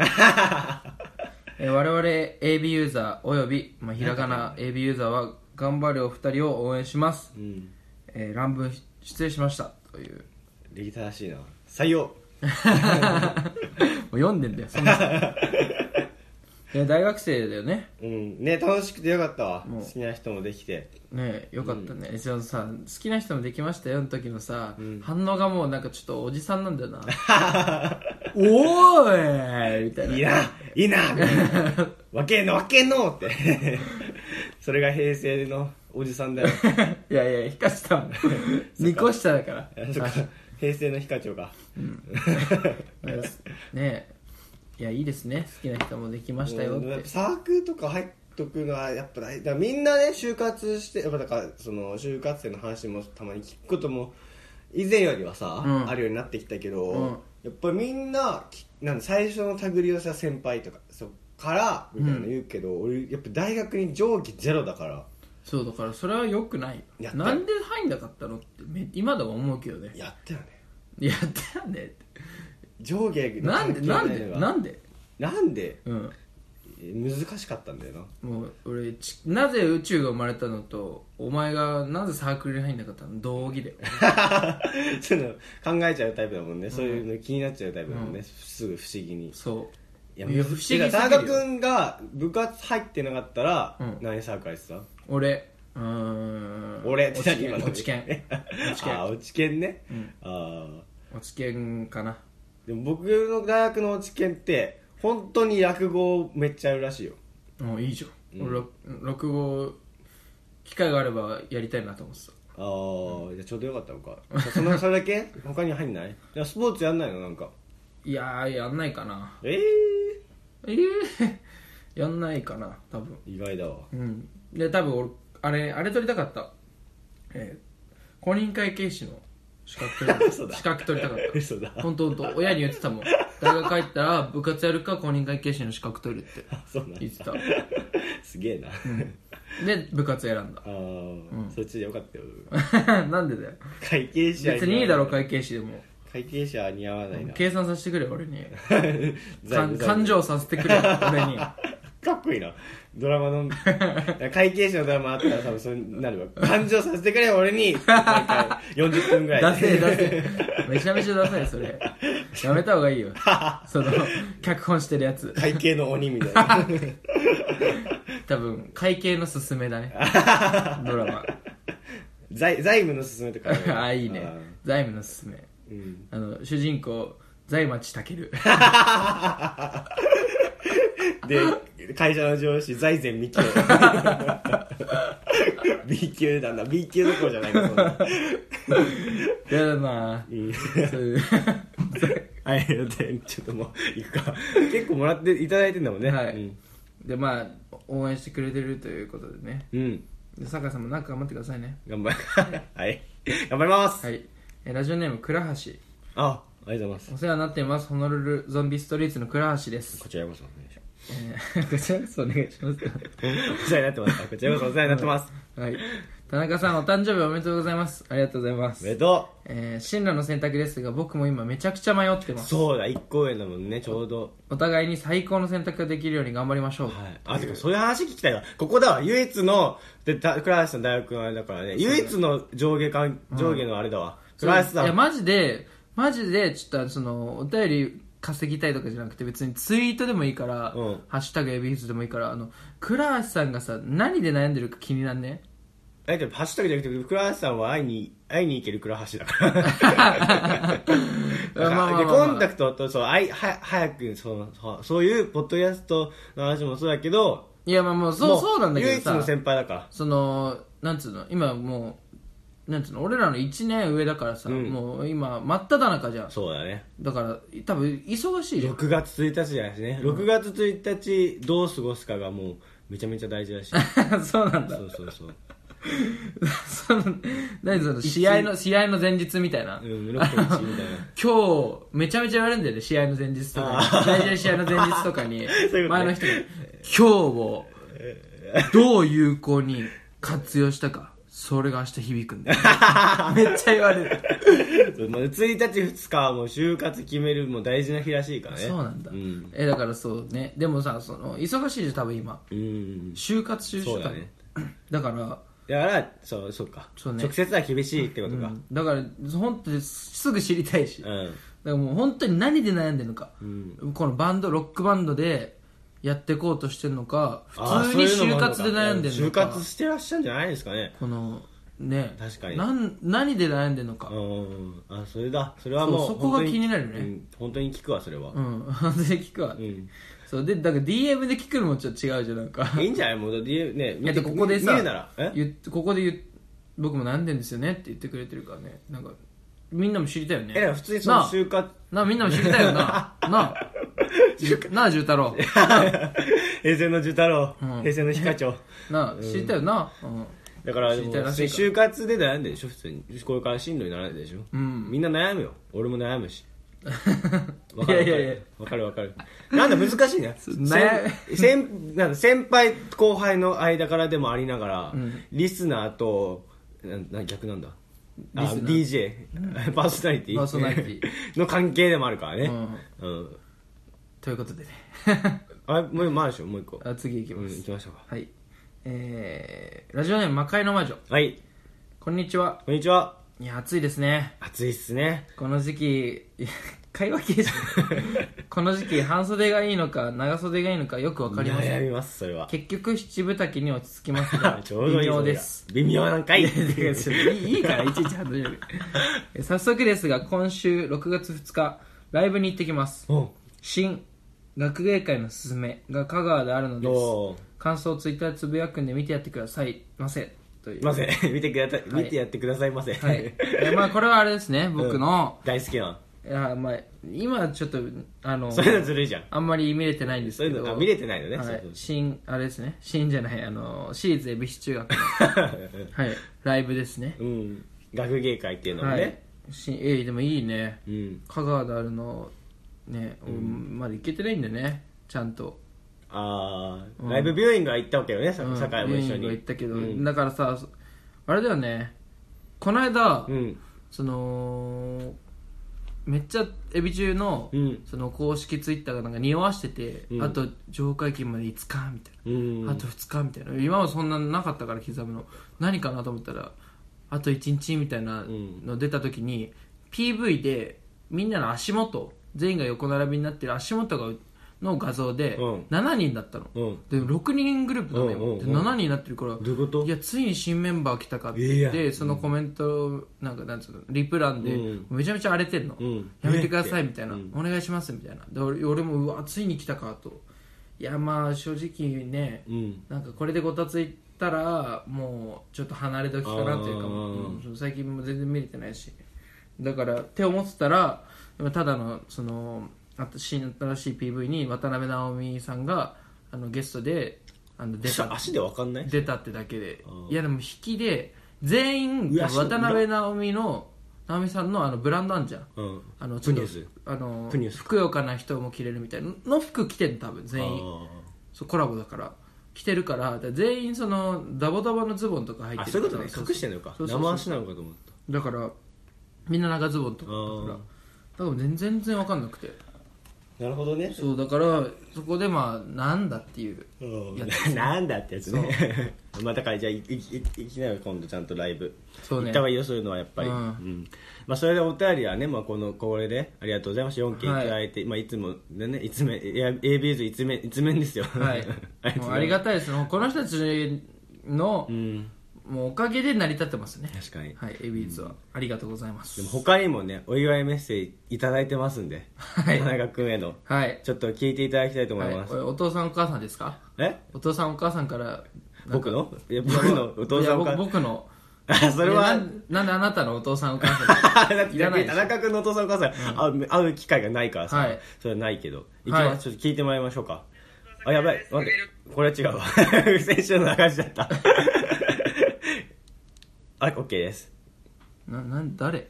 [SPEAKER 2] えー我々 AB ユーザーおよび、まあ、ひらがな AB ユーザーは頑張るお二人を応援します、
[SPEAKER 1] うん
[SPEAKER 2] えー乱文し失礼しましたと いう
[SPEAKER 1] 礼儀正しいな採用
[SPEAKER 2] もう読んでんだ よそんなえー大学生だよね
[SPEAKER 1] うんね楽しくてよかったわ
[SPEAKER 2] もう
[SPEAKER 1] 好きな人もできて
[SPEAKER 2] ねえよかったね、えそのさ好きな人もできましたよの時のさ、
[SPEAKER 1] ん
[SPEAKER 2] 反応がもうなんかちょっとおじさんなんだ よなおーいみたいない
[SPEAKER 1] いないいなみたいなわけんのわけんのって それが平成のおじさんだ よ
[SPEAKER 2] いやいやひかした 二個下だから
[SPEAKER 1] そ っか平成のヒカチョウが
[SPEAKER 2] ねえいやいいですね好きな人もできましたよっ
[SPEAKER 1] うんやってぱサークルとか入っとくのはやっぱ大だからみんなね就活してやっぱだからその就活生の話もたまに聞くことも以前よりはさ、
[SPEAKER 2] うん
[SPEAKER 1] あるようになってきたけど、
[SPEAKER 2] うん
[SPEAKER 1] やっぱみんなきなんだ最初の手繰り寄せは先輩とかそっからみたいなの言うけど、俺やっぱ大学に上記ゼロだから
[SPEAKER 2] そうだからそれはよくない
[SPEAKER 1] やった
[SPEAKER 2] なんで入んなかったのってめ今でも思うけどね
[SPEAKER 1] やったよね
[SPEAKER 2] やったよねって
[SPEAKER 1] 上下の
[SPEAKER 2] なんで
[SPEAKER 1] 関係
[SPEAKER 2] なん
[SPEAKER 1] ないの
[SPEAKER 2] で
[SPEAKER 1] が
[SPEAKER 2] なんで
[SPEAKER 1] なんで
[SPEAKER 2] うん
[SPEAKER 1] え難しかったんだよな
[SPEAKER 2] もう俺ちなぜ宇宙が生まれたのとお前がなぜサークルに入んなかったの同義だよ
[SPEAKER 1] その考えちゃうタイプだもんね、そういうの気になっちゃうタイプだもんね、すぐ不思議に
[SPEAKER 2] そう
[SPEAKER 1] い
[SPEAKER 2] い
[SPEAKER 1] や
[SPEAKER 2] や
[SPEAKER 1] 不思
[SPEAKER 2] 不思
[SPEAKER 1] 議
[SPEAKER 2] 議
[SPEAKER 1] す
[SPEAKER 2] す
[SPEAKER 1] ぎ
[SPEAKER 2] ぎ
[SPEAKER 1] る
[SPEAKER 2] る
[SPEAKER 1] 田中
[SPEAKER 2] よ
[SPEAKER 1] 君が部活入ってなかったら、
[SPEAKER 2] うん
[SPEAKER 1] 何サークル入ってた
[SPEAKER 2] 俺うーん
[SPEAKER 1] 俺
[SPEAKER 2] 落
[SPEAKER 1] って
[SPEAKER 2] ち
[SPEAKER 1] 何今
[SPEAKER 2] 券
[SPEAKER 1] の
[SPEAKER 2] 落ち券落ち
[SPEAKER 1] あ
[SPEAKER 2] 券
[SPEAKER 1] あ落ち研ね、
[SPEAKER 2] うん
[SPEAKER 1] ああ
[SPEAKER 2] 落ち券かな
[SPEAKER 1] でも僕の大学の落ち研って本当に落語めっちゃあるらしいよ
[SPEAKER 2] もういいじゃん、俺ろ録語機会があればやりたいなと思ってた
[SPEAKER 1] ああ、じゃあちょうどよかったのかそのそれだけ 他に入んないいやスポーツやんないのなんか
[SPEAKER 2] いやーやんないかな
[SPEAKER 1] ええ
[SPEAKER 2] ええ やんないかな多分
[SPEAKER 1] 意外だわ
[SPEAKER 2] うんで多分俺あれあれ取りたかったえー公認会計士の資格取りたか
[SPEAKER 1] 嘘
[SPEAKER 2] っ
[SPEAKER 1] だ
[SPEAKER 2] た資格取りたかった
[SPEAKER 1] 嘘だ
[SPEAKER 2] 本当本当親に言ってたもん大学帰ったら部活やるか公認会計士の資格取るって
[SPEAKER 1] あそうなんだ
[SPEAKER 2] 言ってた
[SPEAKER 1] すげえな、
[SPEAKER 2] で部活選ん
[SPEAKER 1] ああ、そっちでよかったよ
[SPEAKER 2] だ なんでだよ
[SPEAKER 1] 会計士は
[SPEAKER 2] 別にいいだろ
[SPEAKER 1] 会
[SPEAKER 2] 会計士でも
[SPEAKER 1] 計士は似合わないな
[SPEAKER 2] 計算させてくれ俺に
[SPEAKER 1] 財
[SPEAKER 2] 感
[SPEAKER 1] 務
[SPEAKER 2] 感情させてくれ俺に
[SPEAKER 1] かっこいいなドラマ の会計士のドラマあったら多分そうなるわ感情させてくれ俺に毎回40分ぐ らい
[SPEAKER 2] 出せ出せめちゃめちゃ出せそれやめた方がいいよ その脚本してるやつ
[SPEAKER 1] 会計の鬼みたい な
[SPEAKER 2] 多分会計のすすめだ ねドラマ
[SPEAKER 1] 財財務の勧めとか
[SPEAKER 2] あいいね財務のすすめ
[SPEAKER 1] ーうん
[SPEAKER 2] あの主人公財町 健
[SPEAKER 1] で会社の上司財前 美京 B 級なんだ B 級どころじゃないかそん な
[SPEAKER 2] やだなぁ
[SPEAKER 1] うん
[SPEAKER 2] そういう
[SPEAKER 1] はい、でちょっともう、行くか。結構もらっていただいてんだもんね。
[SPEAKER 2] はい
[SPEAKER 1] うん。
[SPEAKER 2] でまあ応援してくれてるということでね
[SPEAKER 1] うん。
[SPEAKER 2] で酒井さんもなんか頑張ってくださいね
[SPEAKER 1] 頑張る。 はい。頑張ります。
[SPEAKER 2] はいえラジオネーム倉橋
[SPEAKER 1] あ、ありがとうございます。
[SPEAKER 2] お世話になっていますホノルルゾンビストリートの倉橋です、
[SPEAKER 1] こちらこそお願いしま
[SPEAKER 2] えーこちらこそお願いします
[SPEAKER 1] す。お世話になってます。こちらこそお世話になってます。
[SPEAKER 2] はい田中さんお誕生日おめでとうございますありがとうございま、
[SPEAKER 1] おめですと
[SPEAKER 2] えー、進路の選択ですが僕も今めちゃくちゃ迷ってま
[SPEAKER 1] う。
[SPEAKER 2] す
[SPEAKER 1] そうだ、一個上だもんね、ちょうど。
[SPEAKER 2] お互いに最高の選択ができるように頑張りましょう、
[SPEAKER 1] はい。あ、でもそういう話聞きたいわ。ここだわ。唯一の、で、た倉橋さん大学のあれだからね。唯一の上下関、上下のあれだわ。倉橋さ
[SPEAKER 2] いや
[SPEAKER 1] ん。
[SPEAKER 2] マジでマジでちょっとあのそのお便り稼ぎたいとかじゃなくて別にツイートでもいいから、
[SPEAKER 1] うん
[SPEAKER 2] ハッシュタグエビフズでもいいからあの倉橋さんがさ何で悩んでるか気になんね
[SPEAKER 1] あえてハッシュタグじゃなくて倉橋さんは会いに会いに行ける倉橋だ から
[SPEAKER 2] まあまあまあ
[SPEAKER 1] でコンタクトとそうあいは早くそのそうそういうポッドキャストの話もそうだけど
[SPEAKER 2] いやまあもうそう
[SPEAKER 1] も
[SPEAKER 2] そうなんだけ
[SPEAKER 1] 唯
[SPEAKER 2] ど
[SPEAKER 1] 一の
[SPEAKER 2] さ
[SPEAKER 1] 先輩だから
[SPEAKER 2] そのなんつうの今もうなんつうの俺らの1年上だからさ、
[SPEAKER 1] うん
[SPEAKER 2] もう今真っ只中じゃん
[SPEAKER 1] そうだね
[SPEAKER 2] だから多分忙しいじゃん
[SPEAKER 1] 6月1日だしね6月1日どう過ごすかがもうめちゃめちゃ大事だ し
[SPEAKER 2] そうなんだ
[SPEAKER 1] そうそうそう、
[SPEAKER 2] その何その試合の試合の前日みたいな、
[SPEAKER 1] うん、6.1みたいな
[SPEAKER 2] 今日めちゃめちゃ言われるんだよね試合の前日とかに大事な試合の前日とか に
[SPEAKER 1] そういうことね
[SPEAKER 2] 前の人に今日をどう有効に活用したかそれが明日響くんだ よめっちゃ言われる
[SPEAKER 1] そうまあ1日2日はもう就活決めるもう大事な日らしいからね
[SPEAKER 2] そうなんだ、
[SPEAKER 1] うん、
[SPEAKER 2] えだからそうねでもさその忙しいじゃん多分今
[SPEAKER 1] うん、
[SPEAKER 2] 就活中
[SPEAKER 1] そう
[SPEAKER 2] だ,、
[SPEAKER 1] だね
[SPEAKER 2] だから
[SPEAKER 1] だからそうそうか
[SPEAKER 2] そうね
[SPEAKER 1] 直接は厳しいってことか
[SPEAKER 2] うんだから本当にすぐ知りたいし、
[SPEAKER 1] う
[SPEAKER 2] だか
[SPEAKER 1] ん、
[SPEAKER 2] らもう本当に何で悩んでるのか、
[SPEAKER 1] ん
[SPEAKER 2] このバンドロックバンドでやっていこうとしてるのか
[SPEAKER 1] あー
[SPEAKER 2] 普通に
[SPEAKER 1] そういうの
[SPEAKER 2] 就
[SPEAKER 1] もある
[SPEAKER 2] 活
[SPEAKER 1] の
[SPEAKER 2] で
[SPEAKER 1] か
[SPEAKER 2] 悩んでるのか
[SPEAKER 1] 就活してらっしゃるんじゃないですかね
[SPEAKER 2] このね
[SPEAKER 1] 確かに
[SPEAKER 2] なん何で悩んでるのか
[SPEAKER 1] うんあそれだそれはもう
[SPEAKER 2] そうそこが
[SPEAKER 1] 本当
[SPEAKER 2] 気になるね
[SPEAKER 1] うん本当に聞くわそれは
[SPEAKER 2] う、ん 本当に聞くわ、
[SPEAKER 1] うん
[SPEAKER 2] そうでだから DM で聞くのもちょっと違うじゃんなんか
[SPEAKER 1] いいんじゃないもうだって言えね
[SPEAKER 2] いやでここでさ
[SPEAKER 1] 見るならえ
[SPEAKER 2] 言ってここで言っ僕も悩んでんですよねって言ってくれてるからねなんかみんなも知りたいよね
[SPEAKER 1] え普通にその
[SPEAKER 2] なあ
[SPEAKER 1] 就活
[SPEAKER 2] なあみんなも知りたいよななあじなあ重太郎
[SPEAKER 1] 平成の寿太郎、
[SPEAKER 2] うん
[SPEAKER 1] 平成の皮課長
[SPEAKER 2] なあ知りたいよなうん
[SPEAKER 1] だから
[SPEAKER 2] 知り
[SPEAKER 1] も
[SPEAKER 2] たいらしいから
[SPEAKER 1] 就活で悩んでるでしょ普通にこれから進路にならないでしょ、
[SPEAKER 2] うん
[SPEAKER 1] みんな悩むよ俺も悩む しわ
[SPEAKER 2] い
[SPEAKER 1] か
[SPEAKER 2] や
[SPEAKER 1] る
[SPEAKER 2] いやいや
[SPEAKER 1] わかるわかるわかるなんだ難 しいね
[SPEAKER 2] 悩
[SPEAKER 1] 先先なんだ先輩後輩の間からでもありながら、
[SPEAKER 2] ん
[SPEAKER 1] リスナーとなな逆なんだあ
[SPEAKER 2] リスナー
[SPEAKER 1] DJ、パーソナリティ
[SPEAKER 2] パーソナリテ
[SPEAKER 1] の関係でもあるからね、
[SPEAKER 2] う
[SPEAKER 1] うん
[SPEAKER 2] ということでね
[SPEAKER 1] あれもうまあでしょもう一個
[SPEAKER 2] あ次いき
[SPEAKER 1] う
[SPEAKER 2] ま
[SPEAKER 1] ん
[SPEAKER 2] す、
[SPEAKER 1] 行きましょうか
[SPEAKER 2] はいえー、ラジオネーム魔界の魔女
[SPEAKER 1] はい
[SPEAKER 2] こんにちは
[SPEAKER 1] こんにちはい
[SPEAKER 2] や暑いですね
[SPEAKER 1] 暑いっすね
[SPEAKER 2] この時期 いや会話系じゃん この時期半袖がいいのか長袖がいいのかよくわかりませ
[SPEAKER 1] 悩
[SPEAKER 2] ん
[SPEAKER 1] みますそれは
[SPEAKER 2] 結局七分丈に落ち着きますが
[SPEAKER 1] ちょうどいい
[SPEAKER 2] 微妙です
[SPEAKER 1] 微妙なんかい
[SPEAKER 2] いやいやちょっといいいいからいちいち外れるえ早速ですが今週6月2日ライブに行ってきます
[SPEAKER 1] お
[SPEAKER 2] 新学芸会のすすめが香川であるのです
[SPEAKER 1] ど
[SPEAKER 2] 感想をツイッターでつぶやくんで見てやってくださいませという
[SPEAKER 1] うませ 見てください
[SPEAKER 2] はい
[SPEAKER 1] 見てやってくださいませ、
[SPEAKER 2] はい、えまあこれはあれですね僕の、
[SPEAKER 1] 大好きない
[SPEAKER 2] やまあ今ちょっとあの
[SPEAKER 1] そういうのずる いじゃん
[SPEAKER 2] あんまり見れてないんです
[SPEAKER 1] そうい
[SPEAKER 2] けど
[SPEAKER 1] うのあ見れてないのね、
[SPEAKER 2] は
[SPEAKER 1] そう
[SPEAKER 2] い
[SPEAKER 1] そう、
[SPEAKER 2] 新あれですね新じゃないあの私立恵比寿中学の、はい、ライブですね
[SPEAKER 1] うん学芸会っていうのも
[SPEAKER 2] は
[SPEAKER 1] ね、
[SPEAKER 2] い新えーでもいいね
[SPEAKER 1] うん
[SPEAKER 2] 香川であるのね、うんまだ行けてないんでねちゃんと
[SPEAKER 1] ああ、ライブビューイングは行ったわけよねさ
[SPEAKER 2] うん
[SPEAKER 1] 酒井も一緒
[SPEAKER 2] ウィーン
[SPEAKER 1] に
[SPEAKER 2] が行ったけど、
[SPEAKER 1] うん、
[SPEAKER 2] だからさあれだよねこの間、
[SPEAKER 1] うん
[SPEAKER 2] そのめっちゃエビ中の、
[SPEAKER 1] うん
[SPEAKER 2] その公式ツイッターがなんか匂わしてて、
[SPEAKER 1] うん
[SPEAKER 2] あと上階金まで5日みたい
[SPEAKER 1] うん
[SPEAKER 2] な、あと2日みたいな今はそんなのなかったから刻むの何かなと思ったらあと1日みたいなの出た時に、PV でみんなの足元全員が横並びになってる足元がの画像で
[SPEAKER 1] うん
[SPEAKER 2] 7人だったの、
[SPEAKER 1] うん
[SPEAKER 2] で6人グループなのよ、
[SPEAKER 1] うんうんうん
[SPEAKER 2] で7人になってるから
[SPEAKER 1] どういうこと
[SPEAKER 2] いやついに新メンバー来たかって言って、
[SPEAKER 1] いや
[SPEAKER 2] そのコメントなんかなんつうのリプ欄で、
[SPEAKER 1] うん
[SPEAKER 2] めちゃめちゃ荒れてんの、
[SPEAKER 1] うん
[SPEAKER 2] やめてくださ
[SPEAKER 1] えっ
[SPEAKER 2] い
[SPEAKER 1] て
[SPEAKER 2] みたいな、
[SPEAKER 1] うん
[SPEAKER 2] お願いしますみたいなで俺俺もうわついに来たかといやまあ正直ね、
[SPEAKER 1] うん
[SPEAKER 2] なんかこれでごたついたらもうちょっと離れ時かなというか、
[SPEAKER 1] あー
[SPEAKER 2] うん最近も全然見れてないしだからって思ってたらでもただのそのあと新新しい PV に渡辺直美さんがあのゲストであの出
[SPEAKER 1] 足
[SPEAKER 2] た
[SPEAKER 1] 足でわかんない
[SPEAKER 2] 出たってだけで
[SPEAKER 1] うん
[SPEAKER 2] いやでも引きで全員
[SPEAKER 1] うわそう
[SPEAKER 2] 渡辺直美の直美さんのあのブランドあんじゃん
[SPEAKER 1] うん
[SPEAKER 2] あの
[SPEAKER 1] プ
[SPEAKER 2] ちょっと
[SPEAKER 1] ニウス
[SPEAKER 2] あの
[SPEAKER 1] プニウス
[SPEAKER 2] ふくよかな人も着れるみたいなの服着てんの多分全
[SPEAKER 1] あ
[SPEAKER 2] 員
[SPEAKER 1] ー
[SPEAKER 2] そうコラボだから着てるからだから全員そのダボダボのズボンとか入って
[SPEAKER 1] あ
[SPEAKER 2] る
[SPEAKER 1] そういうことね
[SPEAKER 2] から
[SPEAKER 1] 隠してんのか
[SPEAKER 2] そうそうそう
[SPEAKER 1] 生足なのかと思った
[SPEAKER 2] だからみんな長ズボンとかだ
[SPEAKER 1] あ
[SPEAKER 2] か
[SPEAKER 1] ー
[SPEAKER 2] らだから全然全然わかんなくて
[SPEAKER 1] なるほどね
[SPEAKER 2] そうだからそこでまあなんだっていう
[SPEAKER 1] うん
[SPEAKER 2] や
[SPEAKER 1] ななんだってやつね まあだからじゃあいいいいきなり今度ちゃんとライブ
[SPEAKER 2] そうね
[SPEAKER 1] 行った方がいいよそういうのはやっぱり、
[SPEAKER 2] う
[SPEAKER 1] うんんまあ、それでお便りはね、まあ、このこれでありがとうございます4件いただいて、いまあ、いつもでねいつめ ABS いつめいつめんですよ
[SPEAKER 2] はい もうありが
[SPEAKER 1] と
[SPEAKER 2] たいですもうこの人たちの、
[SPEAKER 1] ううん
[SPEAKER 2] もうおかげで成り立ってますね
[SPEAKER 1] 確かに、
[SPEAKER 2] はいエビーズは、ありがとうございます
[SPEAKER 1] でも他にもねお祝いメッセージいただいてますんで、
[SPEAKER 2] はい
[SPEAKER 1] 田中君への
[SPEAKER 2] はい
[SPEAKER 1] ちょっと聞いていただきたいと思います、
[SPEAKER 2] はい、おお父さんお母さんですか
[SPEAKER 1] え
[SPEAKER 2] お父さんお母さんからなん
[SPEAKER 1] 僕
[SPEAKER 2] か
[SPEAKER 1] のいや僕のお父さん
[SPEAKER 2] い
[SPEAKER 1] お
[SPEAKER 2] や
[SPEAKER 1] 母
[SPEAKER 2] 僕僕の
[SPEAKER 1] さんそれはい
[SPEAKER 2] やなんなんであなたのお父さんお母
[SPEAKER 1] あ
[SPEAKER 2] さん
[SPEAKER 1] だって
[SPEAKER 2] いらないで
[SPEAKER 1] 田
[SPEAKER 2] しょ
[SPEAKER 1] 中君のお父さんお母さん、会う会う機会がないからさ、
[SPEAKER 2] はい
[SPEAKER 1] それはないけど行き
[SPEAKER 2] はい
[SPEAKER 1] ます、ちょっと聞いてもらいましょうかあやばい待ってこれは違うわ 先週の流しだった はい OK です
[SPEAKER 2] ななん誰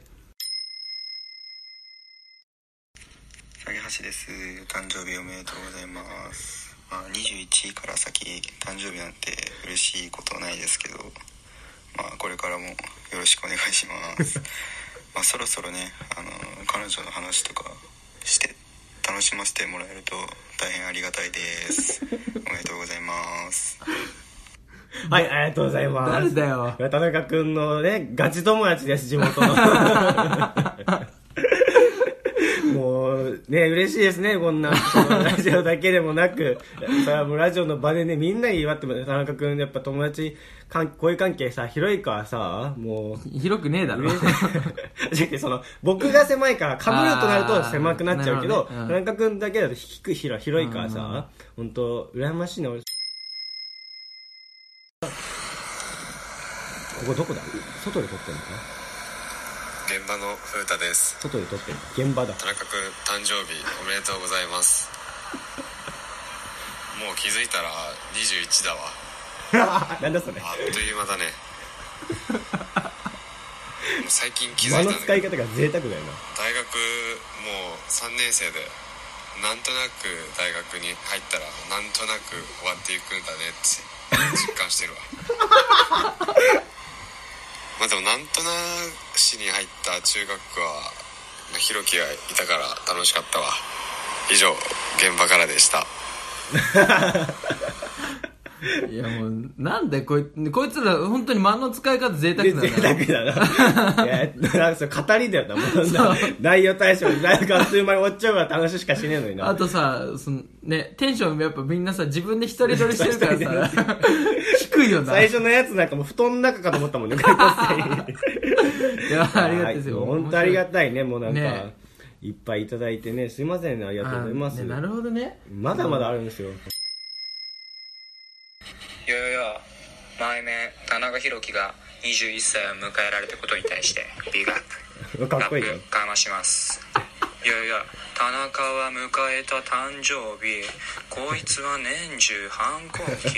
[SPEAKER 3] 影橋です誕生日おめでとうございます、まあ、21から先誕生日なんて嬉しいことはないですけど、まあ、これからもよろしくお願いしますまあそろそろねあの彼女の話とかして楽しませてもらえると大変ありがたいですおめでとうございます
[SPEAKER 1] はいありがとうございます
[SPEAKER 2] 誰だよ
[SPEAKER 1] 田中君のねガチ友達です地元のもうね嬉しいですねこんなそのラジオだけでもなくそれはもうラジオの場でねみんなに祝ってもらう田中君やっぱ友達関恋関係さ広いからさもう
[SPEAKER 2] 広く ねえだろ
[SPEAKER 1] 嬉しいだってその僕が狭いからかぶるとなると狭くなっちゃうけど
[SPEAKER 2] あーなるほど
[SPEAKER 1] 田
[SPEAKER 2] ねうん
[SPEAKER 1] 中君だけだと低く広い広いからさ本当羨ましいな俺ここどこだ外で撮ってんのか
[SPEAKER 4] 現場の風太です
[SPEAKER 1] 外で撮ってんの現場だ
[SPEAKER 4] 田中君誕生日おめでとうございますもう気づいたら21だわ
[SPEAKER 1] なんだそれ
[SPEAKER 4] あっという間だねもう最近気づ
[SPEAKER 1] 間
[SPEAKER 4] い
[SPEAKER 1] の
[SPEAKER 4] たんだ
[SPEAKER 1] 使
[SPEAKER 4] け
[SPEAKER 1] い
[SPEAKER 4] ど
[SPEAKER 1] 方が贅沢だよな
[SPEAKER 4] 大学もう3年生でなんとなく大学に入ったらなんとなく終わっていくんだねって実感してるわまあでもなんとなしに入った中学はまあひろきがいたから楽しかったわ以上現場からでした
[SPEAKER 2] いやもうなんでこいこいつら本当に間の使い方贅沢
[SPEAKER 1] で
[SPEAKER 2] なん
[SPEAKER 1] 贅
[SPEAKER 2] だよ
[SPEAKER 1] 沢だ ないやなんかそれ語りだよなもうそんな内容対象になんかあっという間に終わっちゃうから楽しいしかしねえのにな
[SPEAKER 2] あとさそのねテンションやっぱみんなさ自分で一人撮りしてるか らさ低いよな
[SPEAKER 1] 最
[SPEAKER 2] い
[SPEAKER 1] 初のやつなんかもう布団の中かと思ったもんね、 高校
[SPEAKER 2] や
[SPEAKER 1] 生
[SPEAKER 2] ありがたいですよ
[SPEAKER 1] もう本当ありがたいね、もうなんか、
[SPEAKER 2] ね
[SPEAKER 1] いっぱいいただいてね、すいませんね、ありがとうございます。
[SPEAKER 2] あねなるほどね
[SPEAKER 1] まだまだあるんですよ。
[SPEAKER 5] よよよ前面田中宏樹が21歳を迎えられたことに対してビッグアップ
[SPEAKER 1] かっこいいね
[SPEAKER 5] ラップかま しますよよよ田中は迎えた誕生日こいつは年中反抗期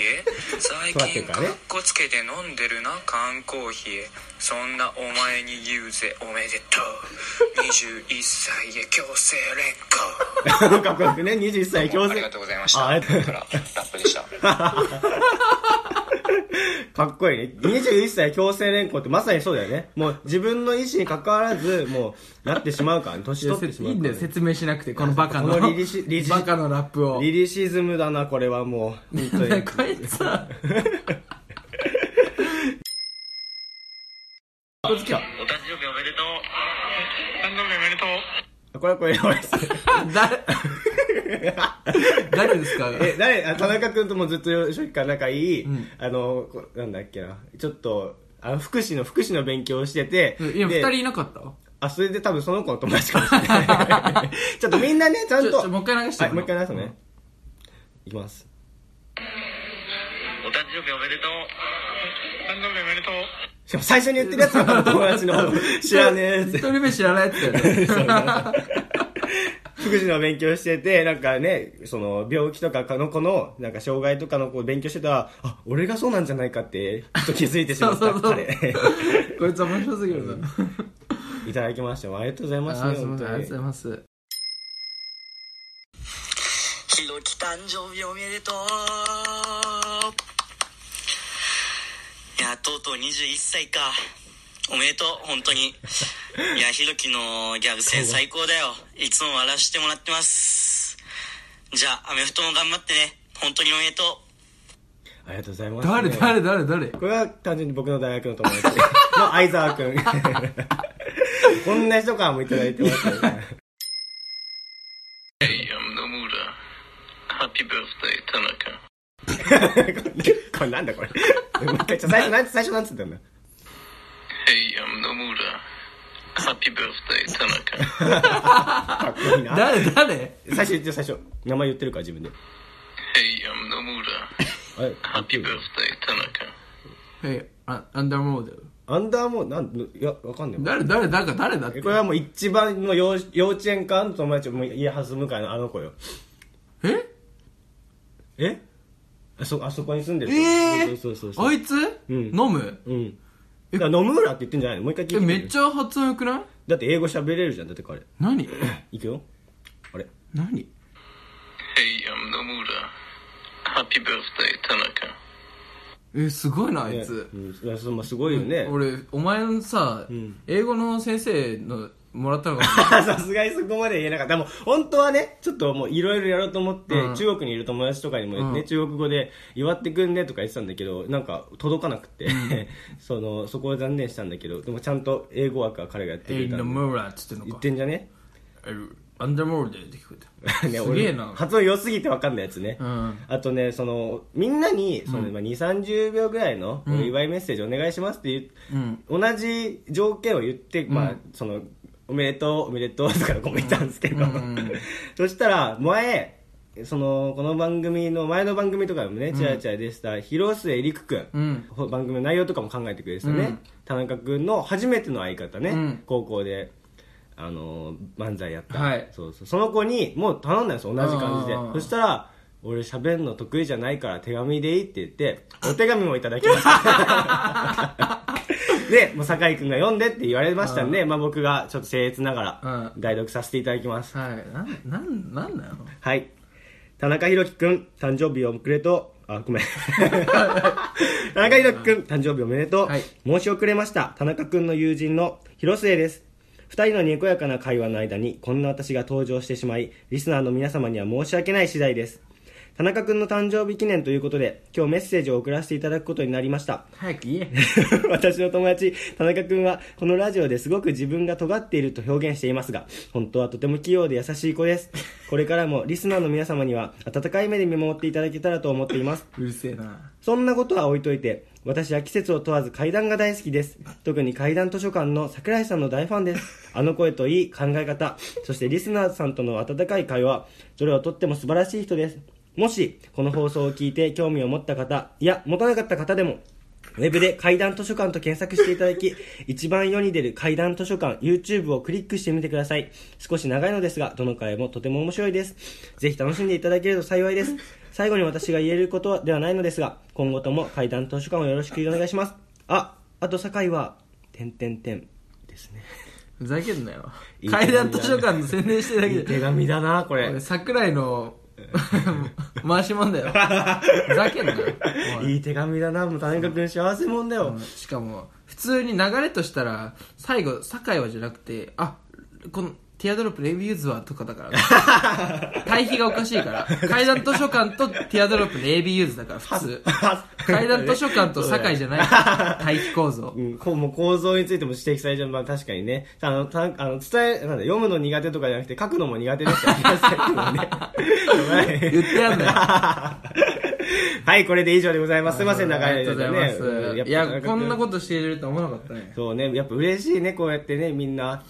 [SPEAKER 5] 最
[SPEAKER 1] 座ってる
[SPEAKER 5] 近
[SPEAKER 1] か
[SPEAKER 5] からっ
[SPEAKER 1] ね
[SPEAKER 5] こつけて飲んでるな缶コーヒーそんなお前に言うぜおめでと う21歳へ強制連行
[SPEAKER 1] かっこよくね、21歳強
[SPEAKER 5] あり
[SPEAKER 1] 制
[SPEAKER 5] が。とうございまし
[SPEAKER 1] あ
[SPEAKER 5] た
[SPEAKER 1] ありがとう
[SPEAKER 5] からラップでした
[SPEAKER 1] かっこいいね。21歳強制連行ってまさにそうだよね。もう自分の意思に関わらず、もうなってしまう からね、年
[SPEAKER 2] いや
[SPEAKER 1] 取っ
[SPEAKER 2] せ
[SPEAKER 1] て
[SPEAKER 2] い
[SPEAKER 1] しまう
[SPEAKER 2] いん
[SPEAKER 1] から
[SPEAKER 2] だよ
[SPEAKER 1] ね、
[SPEAKER 2] 説明しなくてこのバカの
[SPEAKER 1] このリリシリジ
[SPEAKER 2] バカのラップを
[SPEAKER 1] リリシズムだな、これはもう。本当に。
[SPEAKER 2] こいつは
[SPEAKER 1] こっち来た。
[SPEAKER 6] お誕生日おめでとう。誕生日おめでとう。
[SPEAKER 1] これはこれ、俺です。
[SPEAKER 2] 誰誰ですか
[SPEAKER 1] え、誰あ田中君ともずっと初期から仲いい、あの、こなんだっけな、ちょっと、あの、福祉の、福祉の勉強をしてて、
[SPEAKER 2] いや
[SPEAKER 1] で
[SPEAKER 2] 二人いなかった
[SPEAKER 1] あ、それで多分その子の友達かもしれない。 ちょっとみんなね、ちゃん
[SPEAKER 2] ちょ
[SPEAKER 1] と。
[SPEAKER 2] ちょもう一回流して
[SPEAKER 1] はい、もう一回流すね。いきます。
[SPEAKER 6] お誕生日おめでとう。誕生日おめでとう。
[SPEAKER 1] しかも最初に言ってるやつが多分友達 の知らねえや
[SPEAKER 2] 一
[SPEAKER 1] つ。
[SPEAKER 2] 人目知らないやつだよね
[SPEAKER 1] 福祉の勉強してて、なんかね、その、病気とかの子の、なんか障害とかの子を勉強してたら、あ、俺がそうなんじゃないかって、ちょっと気づいてしまった、
[SPEAKER 2] そうそうそう
[SPEAKER 1] 彼。
[SPEAKER 2] こいつ面白すぎるな、
[SPEAKER 1] いただきました。ありがとうござい
[SPEAKER 2] あ
[SPEAKER 1] ます
[SPEAKER 2] ー
[SPEAKER 1] ね、
[SPEAKER 2] すいま
[SPEAKER 1] 本
[SPEAKER 2] せんあ
[SPEAKER 1] 当に
[SPEAKER 2] りがとうござい。ます
[SPEAKER 7] ひろき誕生日おめでとういやとうとう21歳かおめでとう本当にいやひろきのギャグ戦最高だよいつも笑わせてもらってますじゃあ、アメフトも頑張ってね。本当におめでとう。
[SPEAKER 1] ありがとうございます、
[SPEAKER 2] 誰誰誰誰
[SPEAKER 1] これは単純に僕の大学の友達 の相沢君こんな人からもいただいてますよね
[SPEAKER 6] Hey, I'm Nomura. Happy birthday, Tanaka.
[SPEAKER 1] これなんだこれもう一回ちょ最初なんて最初なんつったんだ
[SPEAKER 6] Hey, I'm Nomura. Happy birthday, Tanaka.
[SPEAKER 1] かっこいいな
[SPEAKER 2] 誰誰
[SPEAKER 1] 最初言って最初名前言ってるから自分で
[SPEAKER 6] Hey, I'm
[SPEAKER 1] あ
[SPEAKER 6] Nomura.
[SPEAKER 1] れ
[SPEAKER 6] Happy birthday, Tanaka.
[SPEAKER 2] えあアンダーモー
[SPEAKER 1] アンダーもなんいやわかんない
[SPEAKER 2] ド誰誰なんか誰だって
[SPEAKER 1] これはもう一番の幼幼稚園からの友達もう家弾むからのあの子よ
[SPEAKER 2] え
[SPEAKER 1] えあそあそこに住んでる
[SPEAKER 2] えー
[SPEAKER 1] そうそうそうそう
[SPEAKER 2] あいつ
[SPEAKER 1] うん
[SPEAKER 2] 飲む
[SPEAKER 1] うんだから野村って言ってんじゃないのもう一回聞いて
[SPEAKER 2] え
[SPEAKER 1] みる
[SPEAKER 2] めっちゃ発音良くない
[SPEAKER 1] だって英語喋れるじゃんだって彼
[SPEAKER 2] 何
[SPEAKER 1] いくよあれ
[SPEAKER 2] 何
[SPEAKER 6] Hey, I'm Nomura. Happy birthday, Tanaka.
[SPEAKER 2] えすごいなあいつ、
[SPEAKER 1] うんいやそうまあすごいよね
[SPEAKER 2] 俺お前のさ、
[SPEAKER 1] ん
[SPEAKER 2] 英語の先生のもらったのか
[SPEAKER 1] さすがにそこまで言えなかった。でも本当はね、ちょっともういろいろやろうと思って、
[SPEAKER 2] うん
[SPEAKER 1] 中国にいる友達とかにもね、
[SPEAKER 2] うん
[SPEAKER 1] 中国語で祝ってくんねとか言ってたんだけど、なんか届かなくて、 その、そこは残念したんだけど、でもちゃんと英語枠は彼がやって
[SPEAKER 2] な
[SPEAKER 1] く
[SPEAKER 2] エ
[SPEAKER 1] れ
[SPEAKER 2] ン
[SPEAKER 1] た
[SPEAKER 2] ダ
[SPEAKER 1] んで。
[SPEAKER 2] モーラっつってん
[SPEAKER 1] 言
[SPEAKER 2] の
[SPEAKER 1] っ
[SPEAKER 2] か
[SPEAKER 1] てんじゃね
[SPEAKER 2] えアンダーモーラで出てくる
[SPEAKER 1] ね
[SPEAKER 2] すげえ
[SPEAKER 1] 俺
[SPEAKER 2] な
[SPEAKER 1] 発音良すぎてわかんないやつね。
[SPEAKER 2] うん
[SPEAKER 1] あとね、その、みんなに、その、
[SPEAKER 2] うん
[SPEAKER 1] まあ2、30秒ぐらいのお祝いメッセージお願いしますって言う、
[SPEAKER 2] うん
[SPEAKER 1] 同じ条件を言って、ま
[SPEAKER 2] う
[SPEAKER 1] あ
[SPEAKER 2] ん、
[SPEAKER 1] その、おめでとう、おめでとうとかのコメントなんですけど、
[SPEAKER 2] うんうん
[SPEAKER 1] そしたら、前、その、この番組の、前の番組とかでもね、チラチラでした、広末陸くん、
[SPEAKER 2] うん
[SPEAKER 1] ほ番組の内容とかも考えてくれてたね、
[SPEAKER 2] うん
[SPEAKER 1] 田中くんの初めての相方ね、
[SPEAKER 2] うん
[SPEAKER 1] 高校で。あの漫才やった、
[SPEAKER 2] はい
[SPEAKER 1] そうそうその子にもう頼んだんですよ同じ感じで
[SPEAKER 2] あー
[SPEAKER 1] そしたら「俺喋んの得意じゃないから手紙でいい」って言ってお手紙もいただきました で、もう酒井君が読んでって言われましたんで、まあ僕がちょっと僭越ながら
[SPEAKER 2] う
[SPEAKER 1] 代読させていただきます。
[SPEAKER 2] はいなんなんなんなの
[SPEAKER 1] はい。田中裕樹君、誕生日おめでとう。あ、ご めん。田中裕樹君、誕生日おめでとう。
[SPEAKER 2] はい
[SPEAKER 1] 申し遅れました。田中君の友人の広末です。二人のにこやかな会話の間に、こんな私が登場してしまい、リスナーの皆様には申し訳ない次第です。田中君の誕生日記念ということで、今日メッセージを送らせていただくことになりました。
[SPEAKER 2] 早く言え
[SPEAKER 1] 私の友達田中君はこのラジオですごく自分が尖っていると表現していますが本当はとても器用で優しい子ですこれからもリスナーの皆様には温かい目で見守っていただけたらと思っています
[SPEAKER 2] うるせえな
[SPEAKER 1] そんなことは置いといて私は季節を問わず階段が大好きです特に階段図書館の桜井さんの大ファンですあの声といい考え方そしてリスナーさんとの温かい会話それはとっても素晴らしい人ですもしこの放送を聞いて興味を持った方いや持たなかった方でもウェブで階段図書館と検索していただき、 一番世に出る階段図書館 YouTube をクリックしてみてください。少し長いのですが、どの回もとても面白いです。ぜひ楽しんでいただけると幸いです。最後に私が言えることではないのですが、今後とも階段図書館をよろしくお願いします。あ、あと酒井は、てんてんてんですね。
[SPEAKER 2] ふざけんなよ
[SPEAKER 1] いい手紙
[SPEAKER 2] 階
[SPEAKER 1] だ
[SPEAKER 2] 段図書館の宣伝してるだけで
[SPEAKER 1] 紙だな、こ
[SPEAKER 2] 俺桜井の 回し もんだよふざけんなよおい
[SPEAKER 1] いい手紙だな、もう田中君幸せもんだよ。
[SPEAKER 2] しかも普通に流れとしたら最後「酒井は」じゃなくて「あこのティアドロップレビューズは」とかだから 対比がおかしいから階段図書館とティアドロップレビューズだから普通階段図書館と酒井じゃないから対比構造
[SPEAKER 1] うん、こうもう構造についても指摘されちゃう、まあ、確かにねあのたあの伝えなんだ読むの苦手とかじゃなくて書くのも苦手でしたね
[SPEAKER 2] 言ってやんなよ
[SPEAKER 1] はいこれで以上でございますすいません長い
[SPEAKER 2] ありがと
[SPEAKER 1] 間
[SPEAKER 2] う
[SPEAKER 1] ね
[SPEAKER 2] ございます、
[SPEAKER 1] うん
[SPEAKER 2] い
[SPEAKER 1] やっぱ
[SPEAKER 2] やこんなことしてると思わなかったね
[SPEAKER 1] そうねやっぱ嬉しいねこうやってねみんな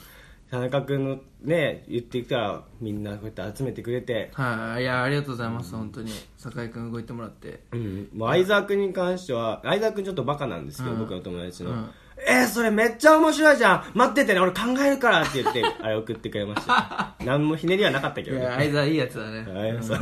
[SPEAKER 1] 田中君のね言ってきたらみんなこうやって集めてくれて
[SPEAKER 2] はい、いやありがとうございます、本当に酒井君動いてもらって
[SPEAKER 1] うん、もう相沢君に関しては相沢君ちょっとバカなんですけど、
[SPEAKER 2] うん
[SPEAKER 1] 僕の友達の、
[SPEAKER 2] うん
[SPEAKER 1] えー、それめっちゃ面白いじゃん待っててね俺考えるからって言 ってあれ送ってくれました何もひねりはなかったけ
[SPEAKER 2] い
[SPEAKER 1] どね
[SPEAKER 2] や
[SPEAKER 1] はい
[SPEAKER 2] 相沢いいやつだね、うん
[SPEAKER 1] そう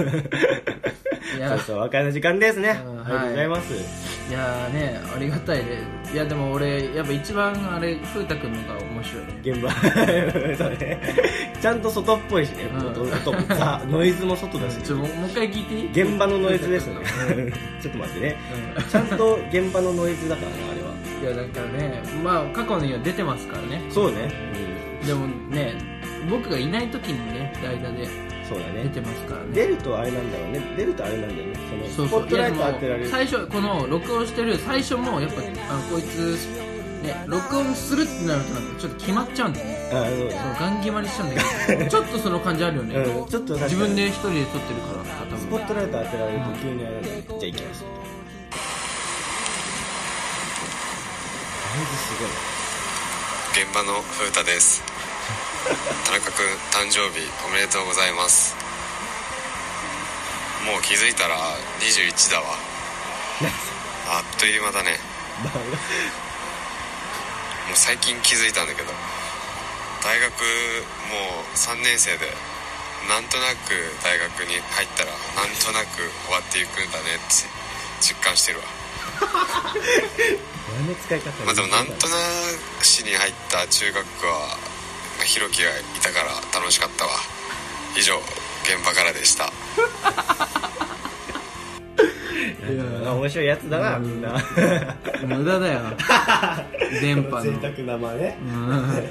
[SPEAKER 2] いや
[SPEAKER 1] そうそうお別れの時間ですね、
[SPEAKER 2] うん
[SPEAKER 1] ありがとうございます、
[SPEAKER 2] いやーねありがたいねいやでも俺やっぱ一番あれ風太くんのが面白いね
[SPEAKER 1] 現場 そうねちゃんと外っぽいしね、
[SPEAKER 2] うん
[SPEAKER 1] 音音もさノイズも外だし
[SPEAKER 2] ちょもうもう一回聞いていい
[SPEAKER 1] 現場のノイズですね
[SPEAKER 2] 風太
[SPEAKER 1] ちょっと待ってね、
[SPEAKER 2] うん
[SPEAKER 1] ちゃんと現場のノイズだからねあれはい
[SPEAKER 2] やだからねまあ過去のには出てますからね
[SPEAKER 1] そうね、
[SPEAKER 2] でもね僕がいない時にね代打で
[SPEAKER 1] うん、そうだ
[SPEAKER 2] 出
[SPEAKER 1] ね
[SPEAKER 2] てますからね
[SPEAKER 1] 出るとあれなんだろうね出るとあれなんだよねその
[SPEAKER 2] そう
[SPEAKER 1] スポ
[SPEAKER 2] そう
[SPEAKER 1] ットライト
[SPEAKER 2] いやでも
[SPEAKER 1] 当てられる
[SPEAKER 2] 最初この録音してる最初もやっぱあのこいつね録音するってなるとなんかちょっと決まっちゃうんだよね
[SPEAKER 1] あそう
[SPEAKER 2] そ
[SPEAKER 1] だ
[SPEAKER 2] のガン決まりしちゃうんだ けどちょっとその感じあるよね、
[SPEAKER 1] うんちょっと確かに
[SPEAKER 2] 自分で一人で撮ってるから多
[SPEAKER 1] スポ
[SPEAKER 2] 分
[SPEAKER 1] ットライト当てられると急にあれなんだよねじゃあ行きますだいぶすごい
[SPEAKER 4] 現場の風太です田中君誕生日おめでとうございますもう気づいたら21だわあっという間だねもう最近気づいたんだけど大学もう3年生でなんとなく大学に入ったらなんとなく終わっていくんだねって実感してるわ
[SPEAKER 1] 前の使い方
[SPEAKER 4] まあでもなんとなく市に入った中学はまあひろきがいたから楽しかったわ以上現場からでした
[SPEAKER 1] あ面白いやつだなみんな
[SPEAKER 2] 無 駄だよ電波
[SPEAKER 1] 贅
[SPEAKER 2] の
[SPEAKER 1] 沢なまね
[SPEAKER 2] うん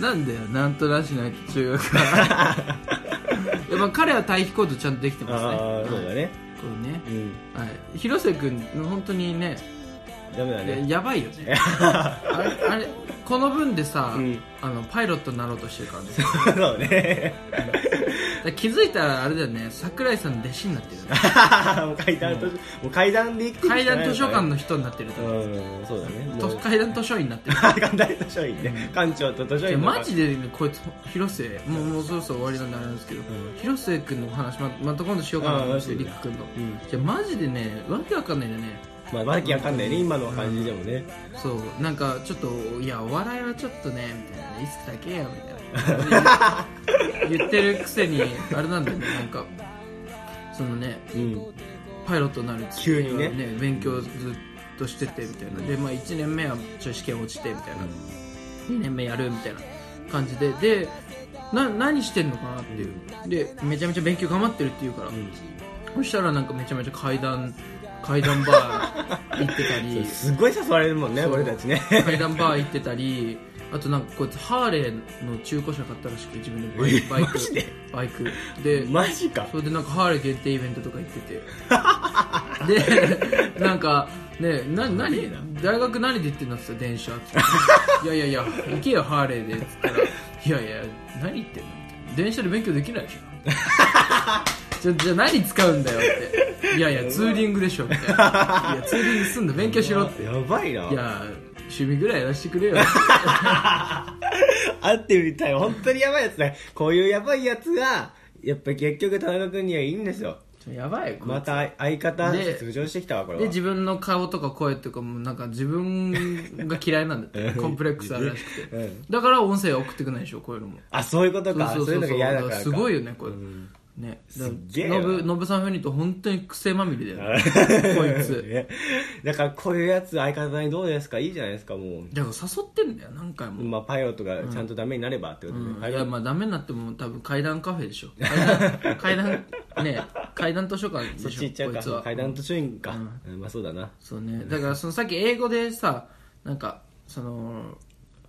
[SPEAKER 2] なんだよなんとなしないと中学 はやっぱ彼は対比行動ちゃんとできてますね
[SPEAKER 1] ああそうだね
[SPEAKER 2] こうね
[SPEAKER 1] う、ん
[SPEAKER 2] はい、広瀬君本当にね
[SPEAKER 1] ダメだ
[SPEAKER 2] や
[SPEAKER 1] ね
[SPEAKER 2] やばいよねあれあれこの分でさ、
[SPEAKER 1] うん
[SPEAKER 2] あのパイロットになろうとしてるからね
[SPEAKER 1] そう ね
[SPEAKER 2] だから気づいたらあれだよね桜井さんの弟子になってるよね
[SPEAKER 1] もう階段図書もう階段で行くしかない
[SPEAKER 2] 階
[SPEAKER 1] よ
[SPEAKER 2] 段
[SPEAKER 1] ね
[SPEAKER 2] 図書館の人になって ると
[SPEAKER 1] うんそうだねも
[SPEAKER 2] と
[SPEAKER 1] う
[SPEAKER 2] 階段図書院になってる
[SPEAKER 1] 階段大図書院ね館長と図書
[SPEAKER 2] いや
[SPEAKER 1] 院の
[SPEAKER 2] マジでねこいつ広瀬もうもうそろそろ終わりなんであれなんですけど、
[SPEAKER 1] ん
[SPEAKER 2] 広瀬君のお話ままた今度しようかなと思って
[SPEAKER 1] うん
[SPEAKER 2] りっくんと、
[SPEAKER 1] うん
[SPEAKER 2] じゃマジでねわけわかんないんだよね
[SPEAKER 1] まあわけわかんないね今の感じでもね
[SPEAKER 2] そうなんかちょっといやお笑いはちょっとねみたいなリスクだけよみたい な言ってるくせにあれなんだよねなんかそのね
[SPEAKER 1] うん
[SPEAKER 2] パイロットになるっつって
[SPEAKER 1] 急にね
[SPEAKER 2] 勉強ずっとしててみたいなで、まあ、1年目はちょっと試験落ちてみたいな、2年目やるみたいな感じででな何してんのかなっていうでめちゃめちゃ勉強頑張ってるって言うから、そしたらなんかめちゃめちゃ階段階段バー行って たり
[SPEAKER 1] すごい誘われるもんね
[SPEAKER 2] そう
[SPEAKER 1] 俺たちね
[SPEAKER 2] 階段バー行ってたりあとなんかこいつハーレーの中古車買ったらしくて自分でバイク
[SPEAKER 1] え
[SPEAKER 2] バイク
[SPEAKER 1] マジで
[SPEAKER 2] バイクで
[SPEAKER 1] マジか
[SPEAKER 2] それでなんかハーレー限定イベントとか行っててでなんかねな何大学何で行ってんのって言ったら電車って言っていやいやいや行けよハーレーでって言ったらいやいや何言ってんのみたいな電車で勉強できないでしょじゃじゃあ何使うんだよっていやいやツーリングでしょみたいないやツーリングすんだ勉強しろって
[SPEAKER 1] やばいない
[SPEAKER 2] や趣味ぐらいやらせてくれよ
[SPEAKER 1] 会ってみたい本当にやばいやつだこういうやばいやつがやっぱ結局田中君にはいいんですよ
[SPEAKER 2] やばいこいつ
[SPEAKER 1] また相方
[SPEAKER 2] で
[SPEAKER 1] 浮上してきたわこれは
[SPEAKER 2] で自分の顔とか声とかもなんか自分が嫌いなんだ ってコンプレックスあるらしくて、
[SPEAKER 1] うん
[SPEAKER 2] だから音声送ってくんないでしょこういうのも
[SPEAKER 1] あそういうことかそういうのが嫌だからか
[SPEAKER 2] すごいよね これ、ねだ
[SPEAKER 1] すっげえな
[SPEAKER 2] のぶのぶさん風に言うと本当に癖まみれだよね こいつ
[SPEAKER 1] ねだからこういうやつ相方にどうですかいいじゃないですかも
[SPEAKER 2] だから誘ってんだよ何回
[SPEAKER 1] う、
[SPEAKER 2] も、
[SPEAKER 1] まあ、パイロットがちゃんとダメになればってことね、
[SPEAKER 2] うん
[SPEAKER 1] パイ
[SPEAKER 2] い
[SPEAKER 1] ロッ
[SPEAKER 2] や
[SPEAKER 1] ト
[SPEAKER 2] まあダメになっても多分階段カフェでしょ階段階段ね階段図書館
[SPEAKER 1] そ
[SPEAKER 2] で
[SPEAKER 1] っち行っ
[SPEAKER 2] し
[SPEAKER 1] ちゃ
[SPEAKER 2] ょ
[SPEAKER 1] う
[SPEAKER 2] こいつ
[SPEAKER 1] か
[SPEAKER 2] は
[SPEAKER 1] 階段と主任か、うんまあそうだな
[SPEAKER 2] そうねだからそのさっき英語でさなんかその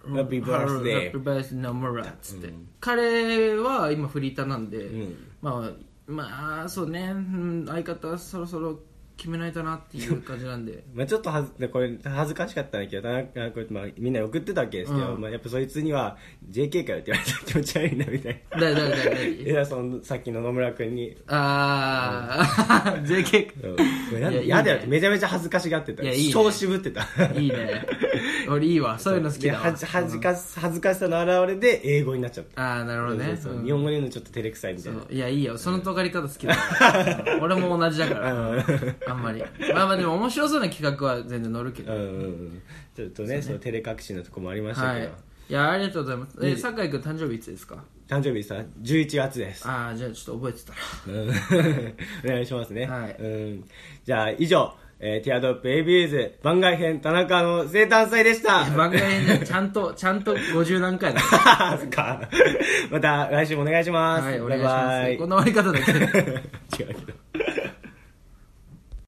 [SPEAKER 1] Happy birthday
[SPEAKER 2] Happy birthday ナムラっつって、彼は今フリーターなんで、
[SPEAKER 1] ん
[SPEAKER 2] まあまあそうね、うん相方そろそろ決めないとなっていう感じなん で
[SPEAKER 1] まあ、ちょっとはずこれ恥ずかしかったんだけど田中これ、まあ、みんなに送ってたわけですけど、
[SPEAKER 2] うん
[SPEAKER 1] まあ、やっぱそいつには JK かよって言われたら気持ち悪いなみたいな
[SPEAKER 2] だいだいだいだ
[SPEAKER 1] いやそのさっきの野村君に
[SPEAKER 2] ああ JK
[SPEAKER 1] うん
[SPEAKER 2] い
[SPEAKER 1] や
[SPEAKER 2] や
[SPEAKER 1] やだよっ
[SPEAKER 2] い
[SPEAKER 1] て
[SPEAKER 2] いね
[SPEAKER 1] めちゃめちゃ恥ずかしがってた
[SPEAKER 2] いやいいね
[SPEAKER 1] 超渋ってた
[SPEAKER 2] いいね俺いいわそういうの好きだ
[SPEAKER 1] い
[SPEAKER 2] わ
[SPEAKER 1] や恥ず恥ずかし恥ずかしさの表れで英語になっちゃった
[SPEAKER 2] ああなるほどね
[SPEAKER 1] そうそうそう
[SPEAKER 2] うん
[SPEAKER 1] 日本語で言うのちょっと照れくさいみた
[SPEAKER 2] そ
[SPEAKER 1] いな
[SPEAKER 2] ういやいいよその尖り方好きだか らうん俺も同じだからあんまりまあまあでも面白そうな企画は全然乗るけ
[SPEAKER 1] う
[SPEAKER 2] ど
[SPEAKER 1] んうんうんちょっとねその照れ隠しのとこもありました
[SPEAKER 2] は
[SPEAKER 1] け
[SPEAKER 2] い
[SPEAKER 1] ど、
[SPEAKER 2] いやありがとうございますえ酒井君誕生日いつですか
[SPEAKER 1] 誕生日さ11月です
[SPEAKER 2] ああじゃあちょっと覚えてたら
[SPEAKER 1] うん お願いしますね、
[SPEAKER 2] はい
[SPEAKER 1] うん、じゃあ以上、えーティアドロップ a b ーズ番外編田中の生誕祭でした
[SPEAKER 2] 番外 編でちゃんとちゃんと50何回だ
[SPEAKER 1] そっかまた来週もお願いします、
[SPEAKER 2] はいお
[SPEAKER 1] バ
[SPEAKER 2] 願い
[SPEAKER 1] イ
[SPEAKER 2] しま
[SPEAKER 1] バ
[SPEAKER 2] す
[SPEAKER 1] イ
[SPEAKER 2] この終わり方だけ
[SPEAKER 1] 違うけど